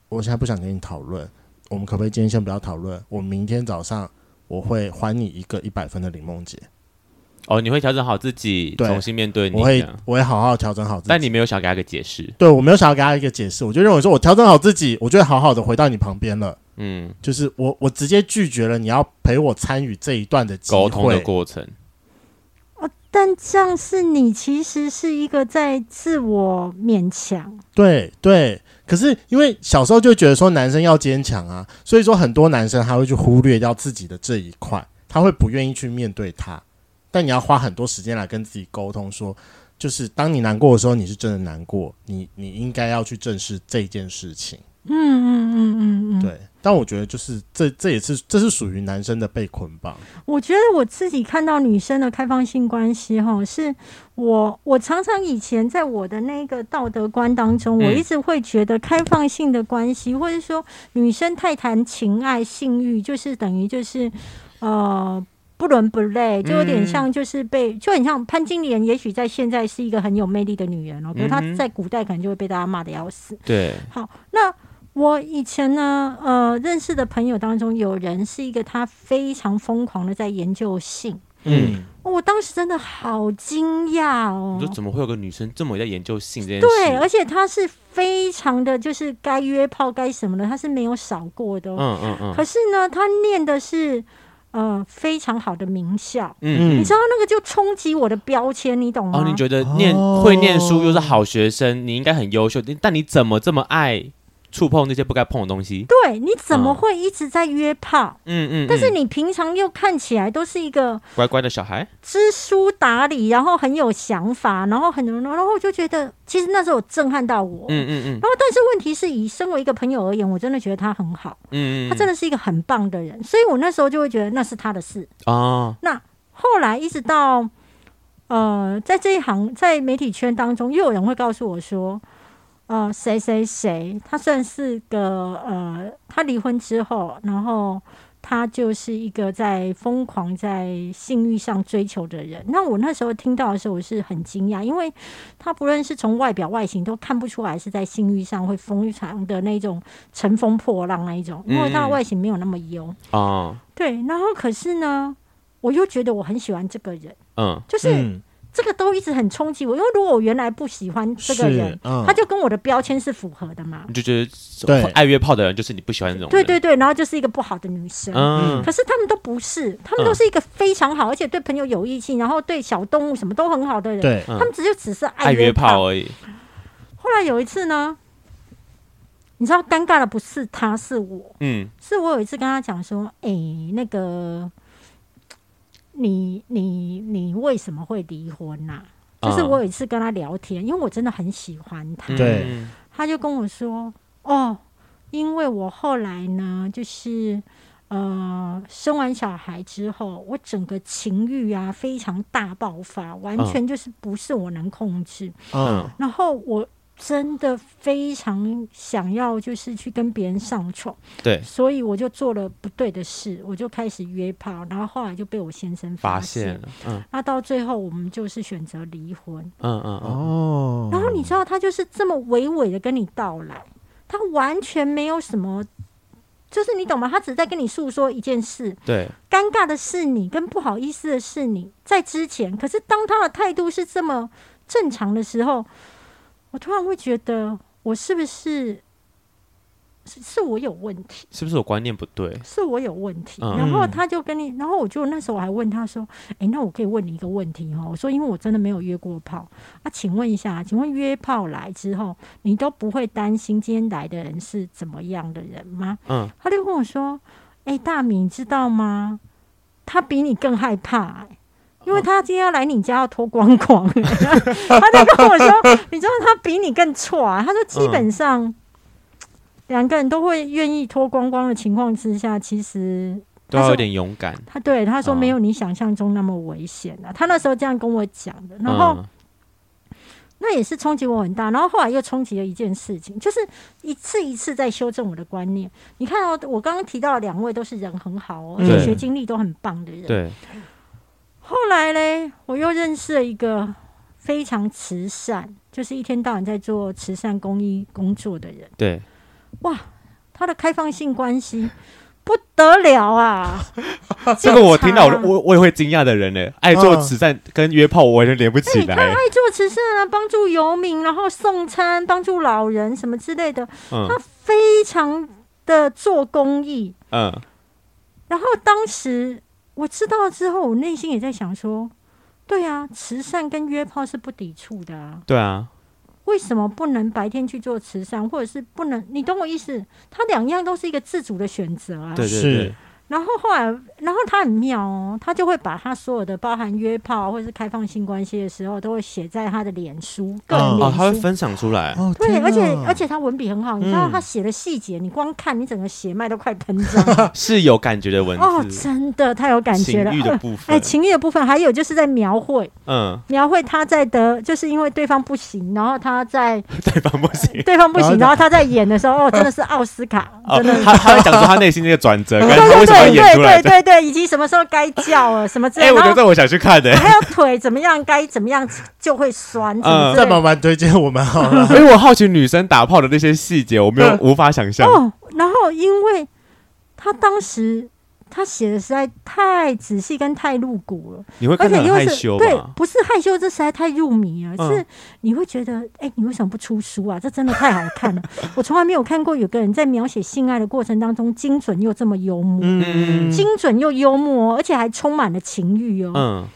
A: 我现在不想跟你讨论，我们可不可以今天先不要讨论？我明天早上我会还你一个一百分的林梦姐，
D: 哦，你会调整好自己，
A: 对
D: 重新面对你
A: 我
D: 这
A: 会
D: 样。
A: 我会好好调整好自己。
D: 但你没有想给他个解释，
A: 对我没有想要给他一个解释，我就认为说我调整好自己，我就会好好的回到你旁边了。
D: 嗯，
A: 就是我我直接拒绝了你要陪我参与这一段的机会
D: 沟通的过程，
C: 但这样是你其实是一个在自我勉强，
A: 对对。可是因为小时候就觉得说男生要坚强啊，所以说很多男生他会去忽略掉自己的这一块，他会不愿意去面对他。但你要花很多时间来跟自己沟通说就是当你难过的时候，你是真的难过，你你应该要去正视这件事情。
C: 嗯嗯嗯嗯嗯，
A: 对，但我觉得就是这这也是这是属于男生的被捆绑。
C: 我觉得我自己看到女生的开放性关系，哈，是我我常常以前在我的那个道德观当中，
D: 嗯
C: 我一直会觉得开放性的关系，或者说女生太谈情爱、性欲，就是等于就是呃。不伦不类，就有点
D: 嗯
C: 像，就是被，就很像潘金莲。也许在现在是一个很有魅力的女人哦，比如她
D: 嗯哼
C: 在古代可能就会被大家骂的要死。
D: 对，
C: 好，那我以前呢，呃，认识的朋友当中，有人是一个他非常疯狂的在研究性，哦
D: 嗯，
C: 我当时真的好惊讶哦
D: 你说。怎么会有个女生这么在研究性这件事？
C: 对，而且他是非常的，就是该约炮该什么的，他是没有少过的、哦。
D: 嗯嗯嗯
C: 可是呢，他念的是呃非常好的名校，
D: 嗯嗯。
C: 你知道那个就冲击我的标签，你懂吗？
D: 哦，你觉得念
A: 哦
D: 会念书又是好学生，你应该很优秀，但你怎么这么爱触碰那些不该碰的东西？
C: 对，你怎么
D: 嗯
C: 会一直在约炮？
D: 嗯嗯。
C: 但是
D: 嗯
C: 你平常又看起来都是一个
D: 乖乖的小孩，
C: 知书达理，然后很有想法，然后很然后我就觉得，其实那时候震撼到我。
D: 嗯嗯嗯
C: 然后，但是问题是以身为一个朋友而言，我真的觉得他很好，
D: 嗯嗯，
C: 他真
D: 的
C: 的是一个很棒的人，所以我那时候就会觉得那是他的事。
D: 哦，
C: 那后来一直到呃，在这一行在媒体圈当中，又有人会告诉我说，呃，谁谁谁，他算是个呃，他离婚之后，然后他就是一个在疯狂在性欲上追求的人。那我那时候听到的时候，我是很惊讶，因为他不论是从外表外形都看不出来是在性欲上会疯狂的那种乘风破浪那一种，因为他的
D: 嗯
C: 外形没有那么优。
D: 哦，
C: 对，然后可是呢，我又觉得我很喜欢这个人，
D: 嗯
C: 就是
A: 嗯
C: 这个都一直很冲击我，因为如果我原来不喜欢这个人
A: 是，，嗯
C: 他，就跟我的标签是符合的
B: 嗯
C: 嘛。
D: 你就觉
A: 对
D: 得爱约炮的人就是你不喜欢那种人，
C: 对对对，然后就是一个不好的女生。
D: 嗯，
C: 可是他们都不是，他们都是一个非常好，而且对朋友有义气，然后对小动物什么都很好的人。
A: 对，
D: 嗯
C: 他们只就只是爱
D: 爱约
C: 炮。
D: 炮而已，
C: 后来有一次呢，你知道尴尬的不是他，是我，
D: 嗯，
C: 是我有一次跟他讲说：“哎、那个，你你你为什么会离婚呐、就是我有一次跟他聊天，因为我真的很喜欢他，
D: 嗯
A: 对
D: 嗯
C: 他就跟我说：“哦，因为我后来呢，就是呃，生完小孩之后，我整个情欲啊非常大爆发，完全就是不是我能控制。
A: 嗯，
C: 然后我真的非常想要，就是去跟别人上床，
D: 对，
C: 所以我就做了不对的事，我就开始约炮，然后后来就被我先生
D: 发
C: 现
D: 现。了，嗯
C: 那到最后，我们就是选择离婚。
D: 嗯嗯嗯，
A: 哦，
C: 然后你知道他就是这么娓娓的跟你道来，他完全没有什么，就是你懂吗？他只是在跟你诉说一件事，
D: 对，
C: 尴尬的是你，跟不好意思的是你，在之前，可是当他的态度是这么正常的时候，我突然会觉得我是不是是是我有问题？
D: 是不是我观念不对？
C: 是我有问题，
D: 嗯
C: 然后他就跟你，然后我就那时候我还问他说：“诶，那我可以问你一个问题哦？我说因为我真的没有约过炮啊，请问一下，请问约炮来之后，你都不会担心今天来的人是怎么样的人吗？”
D: 嗯，
C: 他就跟我说：“诶，哎大米，你知道吗？他比你更害怕、诶因为他今天要来你家要脱光光、诶他就跟我说：“你知道他比你更错啊？”他说：“基本上。两个人都会愿意脱光光的情况之下，其实
D: 都
C: 他
D: 要
C: 说
D: 有点勇敢。
C: 他对他说
D: 哦
C: 没有你想象中那么危险啊。他那时候这样跟我讲的，然
B: 哦
C: 后、
D: 嗯
C: 那也是冲击我很大。然后后来又冲击了一件事情，就是一次一次在修正我的观念。你看哦，我刚刚提到的两位都是人很好哦，而
A: 嗯
C: 且学经历都很棒的人。
D: 对，
C: 后来嘞，我又认识了一个非常慈善，就是一天到晚在做慈善公益工作的人。
D: 对，
C: 哇，他的开放性关系不得了啊！
D: 这个我
C: 警察
D: 听到我我我也会惊讶的人呢，爱做
A: 嗯
D: 慈善跟约炮我就连不起
C: [LAUGHS]
D: 来。
C: 哎爱做慈善啊，帮助游民，然后送餐，帮助老人什么之类的，
D: 嗯
C: 他非常的做公益。
D: 嗯，
C: 然后当时我知道之后，我内心也在想说，对啊，慈善跟约炮是不抵触的啊，
D: 对啊，
C: 为什么不能白天去做慈善，或者是不能？你懂我意思？它两样都是一个自主的选择啊。
D: 对对
A: 是
D: 对，
C: 然后后来，然后他很妙哦，他就会把他所有的包含约炮或者是开放性关系的时候，都会写在他的脸书个人
A: 嗯
C: 脸
D: 哦，
C: 书。
D: 他会分啊嗯享出来，
A: 哦，
C: 对，
A: 天
C: 而且
A: 哪
C: 而且他文笔很好，你知道他写的细节，你光看你整个血脉都快喷张
D: [LAUGHS]
C: 了
D: 是有感觉的文
C: 哦，
D: 字，
C: 真的太有感觉
D: 情
C: 了。
D: 欲的
C: 呃
D: 部
C: 哎，
D: 分，
C: 情欲的部分，还有就是在描绘，
D: 嗯，
C: 描绘他在得，就是因为对方不行，然后他在
D: 对方不行。
C: 对方
D: [LAUGHS]
C: 不
A: 然后
C: 行，
A: 呢
C: 然后他在演的时候，哦，真的是奥斯卡，
D: 哦
C: [LAUGHS] 真的，是。
D: 他他会讲出他内心那个转
C: [LAUGHS]
D: 折，跟
C: 对
D: 他为什
C: 对
D: 么要
C: 对
D: 演出来
C: 对对
D: 的。
C: 对对，以及什么时候该叫了，什么之
D: [LAUGHS] 哎，
C: 类，
D: 我
C: 然
D: 觉得
C: 后
D: 这哎我想去看的。
C: 还有腿怎么样，该怎么样就会酸，什么
D: 嗯
C: 之
A: 再
C: 类的
A: 慢。慢推荐我们好了。
D: 因哎为我好奇女生打炮的那些细节，我没有
A: 嗯
D: 无法想象。
C: 哦，然后因为他当时他写的实在太仔细跟太露骨了，
D: 你会
C: 而
D: 看得
C: 且
D: 很
C: 又
D: 害
C: 是
D: 羞
C: 对
D: 吧，？
C: 不是害羞，这实在太入迷了，
D: 嗯
C: 是你会觉得，哎、你为什么不出书啊？这真的太好
D: [LAUGHS]
C: 看了，我从来没有看过有个人在描写性爱的过程当中精准又这么幽默，
A: 嗯，
C: 精准又幽默哦，而且还充满了情欲哦，
D: 嗯，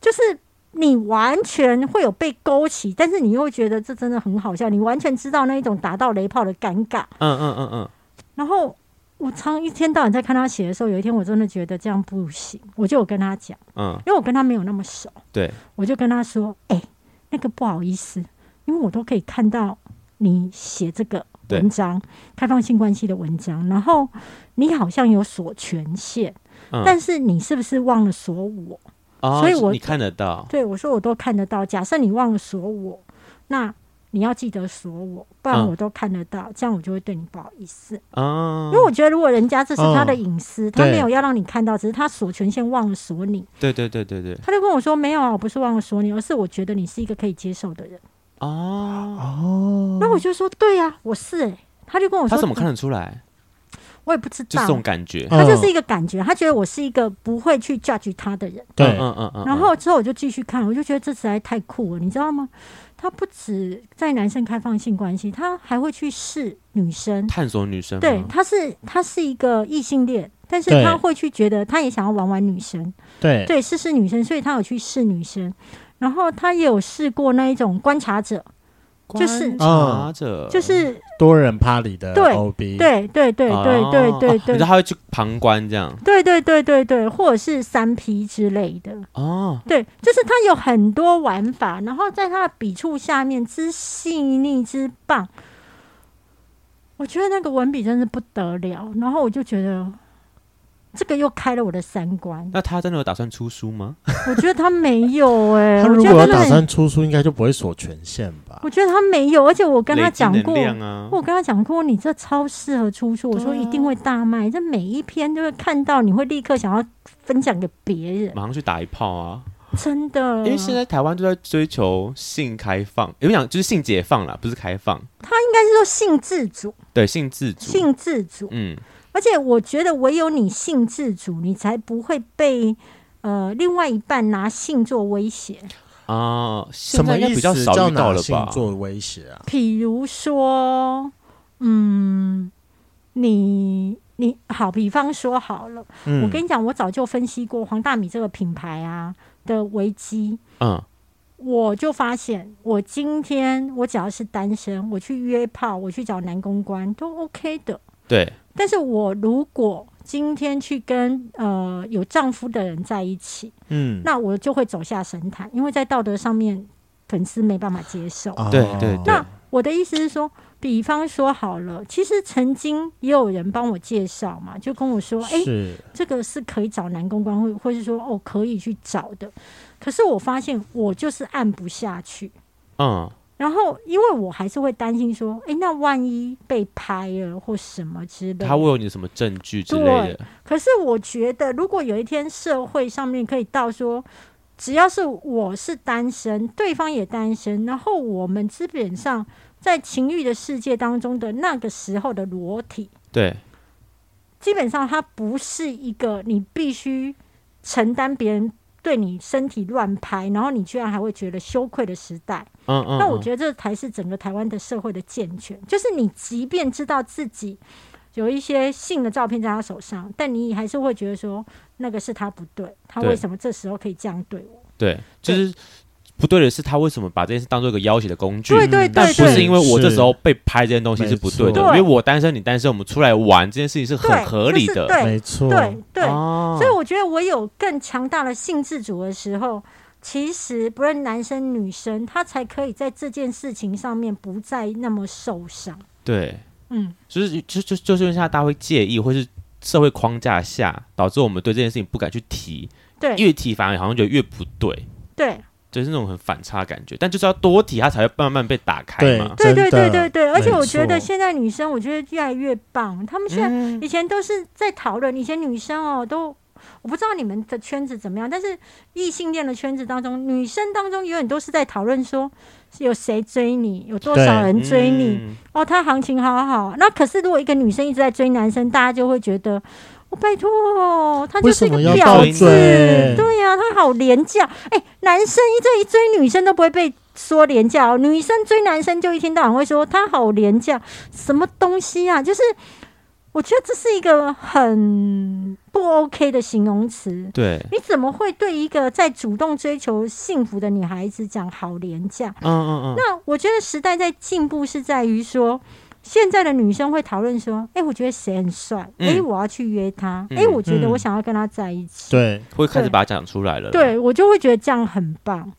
C: 就是。你完全会有被勾起，但是你又觉得这真的很好笑，你完全知道那一种打到雷炮的尴尬，
D: 嗯嗯嗯嗯，
C: 然后我常一天到晚在看他写的时候，有一天我真的觉得这样不行，我就有跟他讲，
D: 嗯，
C: 因为我跟他没有那么熟，
D: 对，
C: 我就跟他说：“哎、那个不好意思，因为我都可以看到你写这个
D: 对
C: 文章，开放性关系的文章，然后你好像有锁权限，
D: 嗯
C: 但是你是不是忘了锁我？
D: 哦
C: 所以我
D: 你看得到，
C: 对我说我都看得到，假设你忘了锁我，那。”你要记得锁我，不然
D: 嗯
C: 我都看得到，这样我就会对你不好意思。
B: 哦
D: 嗯，
C: 因为我觉得，如果人家这是他的隐私，他
A: 对
C: 没有要让你看到，只是他锁权限忘了锁你。
D: 对对对对对，
C: 他就跟我说：“没有啊，我不是忘了锁你，而是我觉得你是一个可以接受的人。
D: 哦，
A: 哦，
C: 啊那我就说：“对呀、我是、欸。”他就跟我
D: 他
C: 说：“
D: 怎么看得出来？
C: 我也不知
B: 就
C: 道
B: 这，种感觉。
C: 他
A: 嗯
C: 就是一个感觉，他觉得我是一个不会去 judge 他的人。
A: 对，
B: 嗯嗯嗯。
C: 然后之后我就继续看，我就觉得这实在太酷了，你知道吗？他不止在男生开放性关系，他还会去试女生。
B: 探索女生吗，
C: 对，他是他是一个异性恋，但是
A: 对
C: 他会去觉得他也想要玩玩女生，
A: 对，
C: 对，试试女生，所以他有去试女生。然后他也有试过那一种观察者，就是
B: 观
C: 嗯
B: 察者，
C: 就是
A: 多人趴里的
C: 对
A: OB，，
C: 对对对
B: 哦啊
C: 对对对
B: [LAUGHS] 然
C: 对
B: 后他会去旁观这样
C: 对对对对对，或者是三 P 之类的，
B: 哦，。
C: 对，就是它有很多玩法，然后在它的笔触下面之细腻之棒，我觉得那个文笔真是不得了。然后我就觉得这个又开了我的三观
B: 那他真的有打算出书吗？
C: 我觉得他没
A: [LAUGHS]
C: 有哎、
A: 他
C: 我
A: 如
C: 觉
A: 果
C: 得
A: 有
C: 真的
A: 打
C: 很，
A: 算出书，应该就不会锁权限吧？
C: 我觉得他没有，而且我跟他
B: 累积
C: 讲
B: 能
C: 过，
B: 量啊，
C: 我跟他讲过，你这超适合出书，我说一
A: 啊
C: 定会大卖，这每一篇都会看到，你会立刻想要分享给别人，
B: 马上去打一炮啊！
C: 真的。
B: 因为现在台湾都在追求性开放，也不讲就是性解放啦，不是开放，
C: 应该是说性自主，
B: 对性自主，
C: 性自主。
B: 嗯，
C: 而且我觉得唯有你性自主，你才不会被呃另外一半拿性做威胁。
B: 啊，
A: 什
B: 现在
A: 么
B: 应该
A: 意
B: 比较
A: 思？
B: 少
A: 叫
B: 遇到
A: 哪
B: 了
A: 性
B: 吧？
A: 做威胁啊？
C: 比如说，嗯，你你好，比方说好了，
A: 嗯
C: 我跟你讲，我早就分析过黄大米这个品牌啊的危机。
B: 嗯，
C: 我就发现，我今天我只要是单身，我去约炮，我去找男公关都 OK 的。
B: 对，
C: 但是我如果今天去跟呃有丈夫的人在一起，
A: 嗯，
C: 那我就会走下神坛，因为在道德上面，粉丝没办法接受。
A: 哦
B: 对对对
C: 那我的意思是说，比方说好了，其实曾经也有人帮我介绍嘛，就跟我说，哎、
A: 是
C: 这个是可以找男公关，或或是说哦可以去找的。可是我发现我就是按不下去，
B: 嗯，
C: 然后因为我还是会担心说，哎、那万一被拍了或什么之类的，
B: 他会有你的什么证据之类的？
C: 可是我觉得，如果有一天社会上面可以到说，只要是我是单身，对方也单身，然后我们基本上在情欲的世界当中的那个时候的裸体，
B: 对，
C: 基本上它不是一个你必须承担别人对你身体乱拍，然后你居然还会觉得羞愧的时代。
B: 嗯嗯，
C: 那我
B: 嗯
C: 觉得这才是整个台湾的社会的健全，就是你即便知道自己有一些性的照片在他手上，但你还是会觉得说那个是他不对，他
B: 对
C: 为什么这时候可以这样对我？
B: 对，就是不对的是，他为什么把这件事当做一个要挟的工具？
C: 对对
B: 但
C: 对
B: 不是
C: 对
B: 因为我这
A: 是
B: 时候被拍这件东西是不对
A: 没
B: 的，
A: 错
B: 因为我单身，你单身，我们出来玩这件事情是很
C: 对
B: 合理
C: 就是
B: 的。
C: 对
A: 没错，
C: 对对，
B: 哦
C: 所以我觉得我有更强大的性自主的时候，其实不论男生女生，他才可以在这件事情上面不再那么受伤。
B: 对，
C: 嗯，
B: 就是就就就是因为现在大家会介意，或是社会框架下，导致我们对这件事情不敢去提，
C: 对
B: 越提反而好像觉得越不对，
C: 对。
B: 就是那种很反差的感觉。但就是要多提，它才会慢慢被打开
A: 对
B: 嘛。
C: 对对
A: 真的
C: 对对对，而且
A: 没
C: 我觉得
A: 错
C: 现在女生，我觉得越来越棒。她们现
A: 嗯
C: 在以前都是在讨论，以前女生哦都。我不知道你们的圈子怎么样，但是异性恋的圈子当中，女生当中永远都是在讨论说有谁追你，有多少人追你，
B: 嗯
C: 哦，他行情好好。那可是如果一个女生一直在追男生，大家就会觉得，哦，拜托哦，他就
A: 为
C: 是
A: 什
C: 一个
A: 么要
C: 婊
A: 到
C: 子，
A: 嘴
C: 对呀、他好廉价。哎、男生一这一追女生都不会被说廉价哦，女生追男生就一天到晚会说他好廉价，什么东西啊？就是我觉得这是一个很不 OK 的形容词。
B: 对，
C: 你怎么会对一个在主动追求幸福的女孩子讲好廉价？
B: 嗯嗯嗯，
C: 那我觉得时代在进步是在于说，现在的女生会讨论说，哎、我觉得谁很帅，哎、
B: 嗯
C: 我要去约他，哎、
B: 嗯
C: 我觉得
A: 嗯
C: 我想要跟他在一起，
A: 对，
B: 会开始
C: 对
B: 把它讲出来了。，
C: 对我就会觉得这样很棒，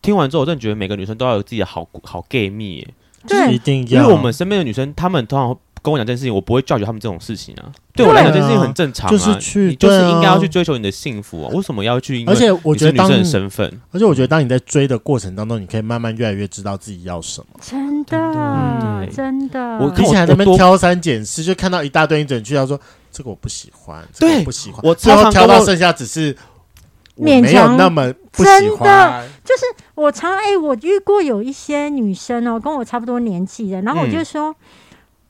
B: 听完之后，我真的觉得每个女生都要有自己的好好 gay 蜜耶，
A: 一
C: 对
A: 定
B: 因
A: 要，
B: 为我们身边的女生，她们通常会跟我讲这件事情，我不会 judge 她们这种事情啊。对我来讲，这
A: 对啊
B: 件事情很正常啊，
A: 就是去
B: 你就是
A: 对啊
B: 应该要去追求你的幸福啊，为什么要去因为
A: 啊而且我
B: 你
A: 觉
B: 是
A: 得
B: 女
A: 当
B: 生的身份？
A: 而且我觉得，当你在追的过程当中，你可以慢慢越来越知道自己要什么。
C: 真
B: 嗯
C: 的
B: 对
C: 真的，
B: 我
A: 以
B: 看
A: 前还在那
B: 我
A: 边
B: 多
A: 挑三拣四，就看到一大堆，你只能去要说这个我不喜欢，这个
B: 对
A: 我不喜欢，
B: 我
A: 最后
B: 常
A: 挑
B: 常跟
A: 到
B: 我
A: 剩下只是我
C: 勉
A: 没有
C: 强
A: 那么不喜欢，
C: 就是我常哎、我遇过有一些女生哦、跟我差不多年纪的，然后我就说。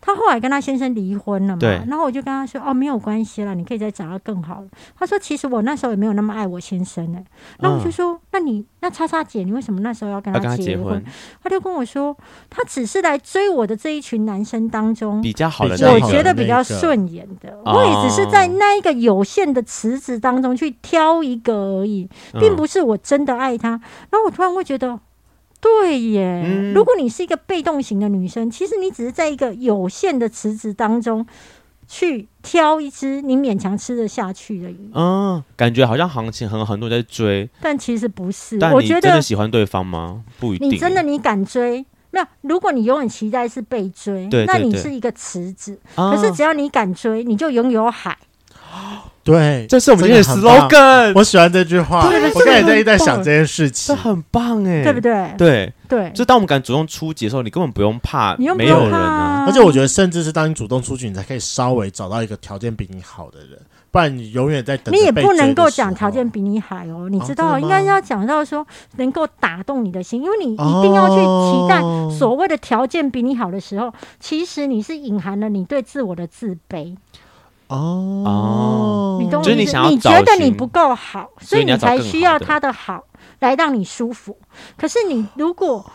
C: 她后来跟她先生离婚了嘛，
E: 对
C: 然后我就跟她说：“哦，没有关系啦，你可以再找到更好的。”她说：“其实我那时候也没有那么爱我先生呢、那我就说：“那你那叉叉姐，你为什么那时候要跟
B: 嗯要跟
C: 他
B: 他
C: 结
B: 结
C: 婚？”，嗯她就跟我说：“她只是来追我的这一群男生当中，
B: 比较好的
A: 比较
B: 那
A: 好
B: 一
C: 我
A: 的
B: 个
C: 觉得
A: 那
C: 比较
A: 个
C: 顺眼的，
B: 哦
C: 我也只是在那一个有限的池子当中去挑一个而已，
B: 嗯
C: 并不是我真的爱他。然后我突然会觉得，对耶，
B: 嗯
C: 如果你是一个被动型的女生，其实你只是在一个有限的池子当中去挑一只你勉强吃得下去的鱼，
B: 嗯，感觉好像行情很好很多人在追，
C: 但其实不是。
B: 但
C: 嗯我
B: 你
C: 觉
B: 真
C: 得
B: 的喜欢对方吗？不一定，
C: 你真的你敢追。没有，如果你永远期待是被追，
B: 对
C: 那
B: 对
C: 你
B: 对
C: 是一个池子。
B: 啊，
C: 可是只要你敢追，你就拥有海。
A: 对，
B: 这是我们今天的
A: 这个很棒
B: slogan，
A: 我喜欢这句话。
B: 对
A: 我刚才在一直在想这件事
B: 这
A: 情，
B: 很棒哎，
C: 对不？对？
B: 对，
C: 对，
B: 就当我们敢主动出击的时候，你根本不用怕
C: 你又不
B: 没
C: 用
B: 有人
C: 怕
B: 啊，
C: 啊
A: 而且我觉得，甚至是当你主动出去，你才可以稍微找到一个条件比你好的人，不然你永远在等着被
C: 你
A: 追
C: 也
A: 的时候。
C: 不能够讲条件比你好哦，你知
A: 真
C: 道，
A: 的吗
C: 应该要讲到说能够打动你的心，因为你一定要去期待
A: 哦
C: 所谓的条件比你好的时候，其实你是隐含了你对自我的自卑，
A: 哦
C: 你懂我
B: 就是
C: 意
B: 你
C: 思？
B: 想要
C: 你
B: 找
C: 觉得你
B: 寻
C: 不够好，所
B: 所以
C: 以
B: 你要
C: 你
B: 找
C: 才
B: 更
C: 需
B: 好
C: 要
B: 的
C: 他的好来让你舒服。可是你如果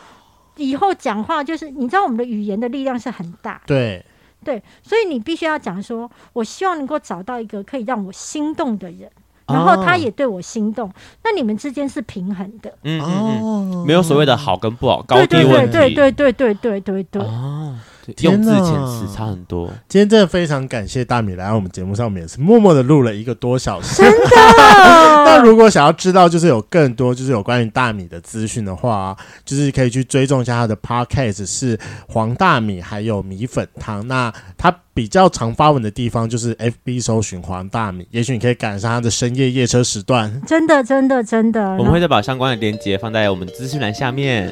C: 以后讲话，就是你知道我们的语言的力量是很大的
A: 对，
C: 对，所以你必须要讲说，我希望能够找到一个可以让我心动的人，然
B: 哦
C: 后他也对我心动，那你们之间是平衡的。
B: 啊嗯嗯
A: 哦
B: 嗯，没有所谓的好跟不好，高
C: 对
B: 低
C: 对
B: 问题，
C: 对对对对对对对，
B: 啊，对
A: 天
B: 用字
A: 哪
B: 遣词差很多，
A: 今天真的非常感谢大米来到我们节目上面，也是默默的录了一个多小时。
C: 真
A: 那
C: 的。
A: 如果想要知道就是有更多就是有关于大米的资讯的话，就是可以去追踪一下他的 podcast 是黄大米还有米粉汤。那他比较常发文的地方就是 FB 搜寻黄大米，也许你可以赶上他的深夜夜车时段。
C: 真的，真的，真的，
B: 我们会再把相关的链接放在我们资讯栏下面。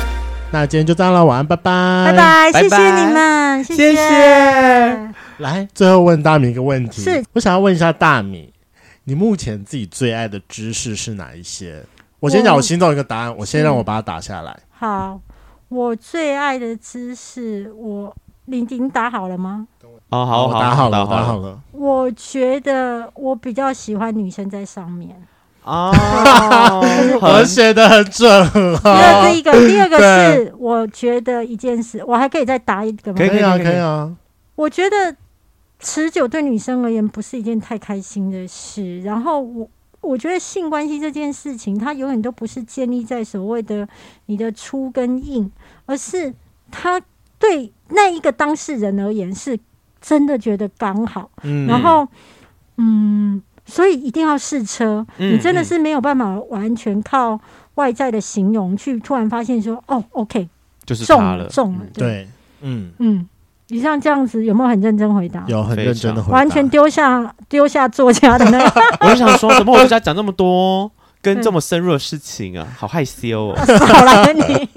A: 那今天就这样了，晚安，拜拜，
C: 拜。拜，谢谢
B: 拜
C: 你们，
B: 谢谢
A: 来，最后问大米一个问题，
C: 是
A: 我想要问一下大米，你目前自己最爱的知识是哪一些？我先讲
C: 我
A: 我心中有一个答案，我先让我把它打下来。
C: 好，我最爱的姿势，我你你打好了吗？
B: 哦，好
A: 我
B: 好，
A: 打好了，
B: 打
A: 我打
B: 好
A: 好了。
C: 我觉得我比较喜欢女生在上面，
B: 啊，
A: 我 [LAUGHS]
B: 很
A: 写的很准，很
C: 第
B: 哦
A: 好。
C: 二个一个，第二个
A: 对
C: 是我觉得一件事，我还可以再答一个吗？
B: 可以
A: 可以啊，
B: 可以
A: 可以啊。
C: 我觉得持久对女生而言不是一件太开心的事。然后我我觉得性关系这件事情，它永远都不是建立在所谓的你的粗跟硬，而是它对那一个当事人而言是真的觉得刚好。
A: 嗯，
C: 然后，嗯，所以一定要试车。
B: 嗯
C: 你真的是没有办法完全靠外在的形容去突然发现说，哦，OK，
B: 就是
C: 中
B: 他
C: 了，
B: 了，
C: 中了。，
A: 对，嗯，
C: 嗯，以上这样子有没有很认真回答？
A: 有很认真的回答，
C: 完全丢下丢下作家的那个
B: 我就想说，怎
A: 嗯
B: 么我就要讲这么多跟这么深入的事情啊？好害羞哦。
C: 少来你。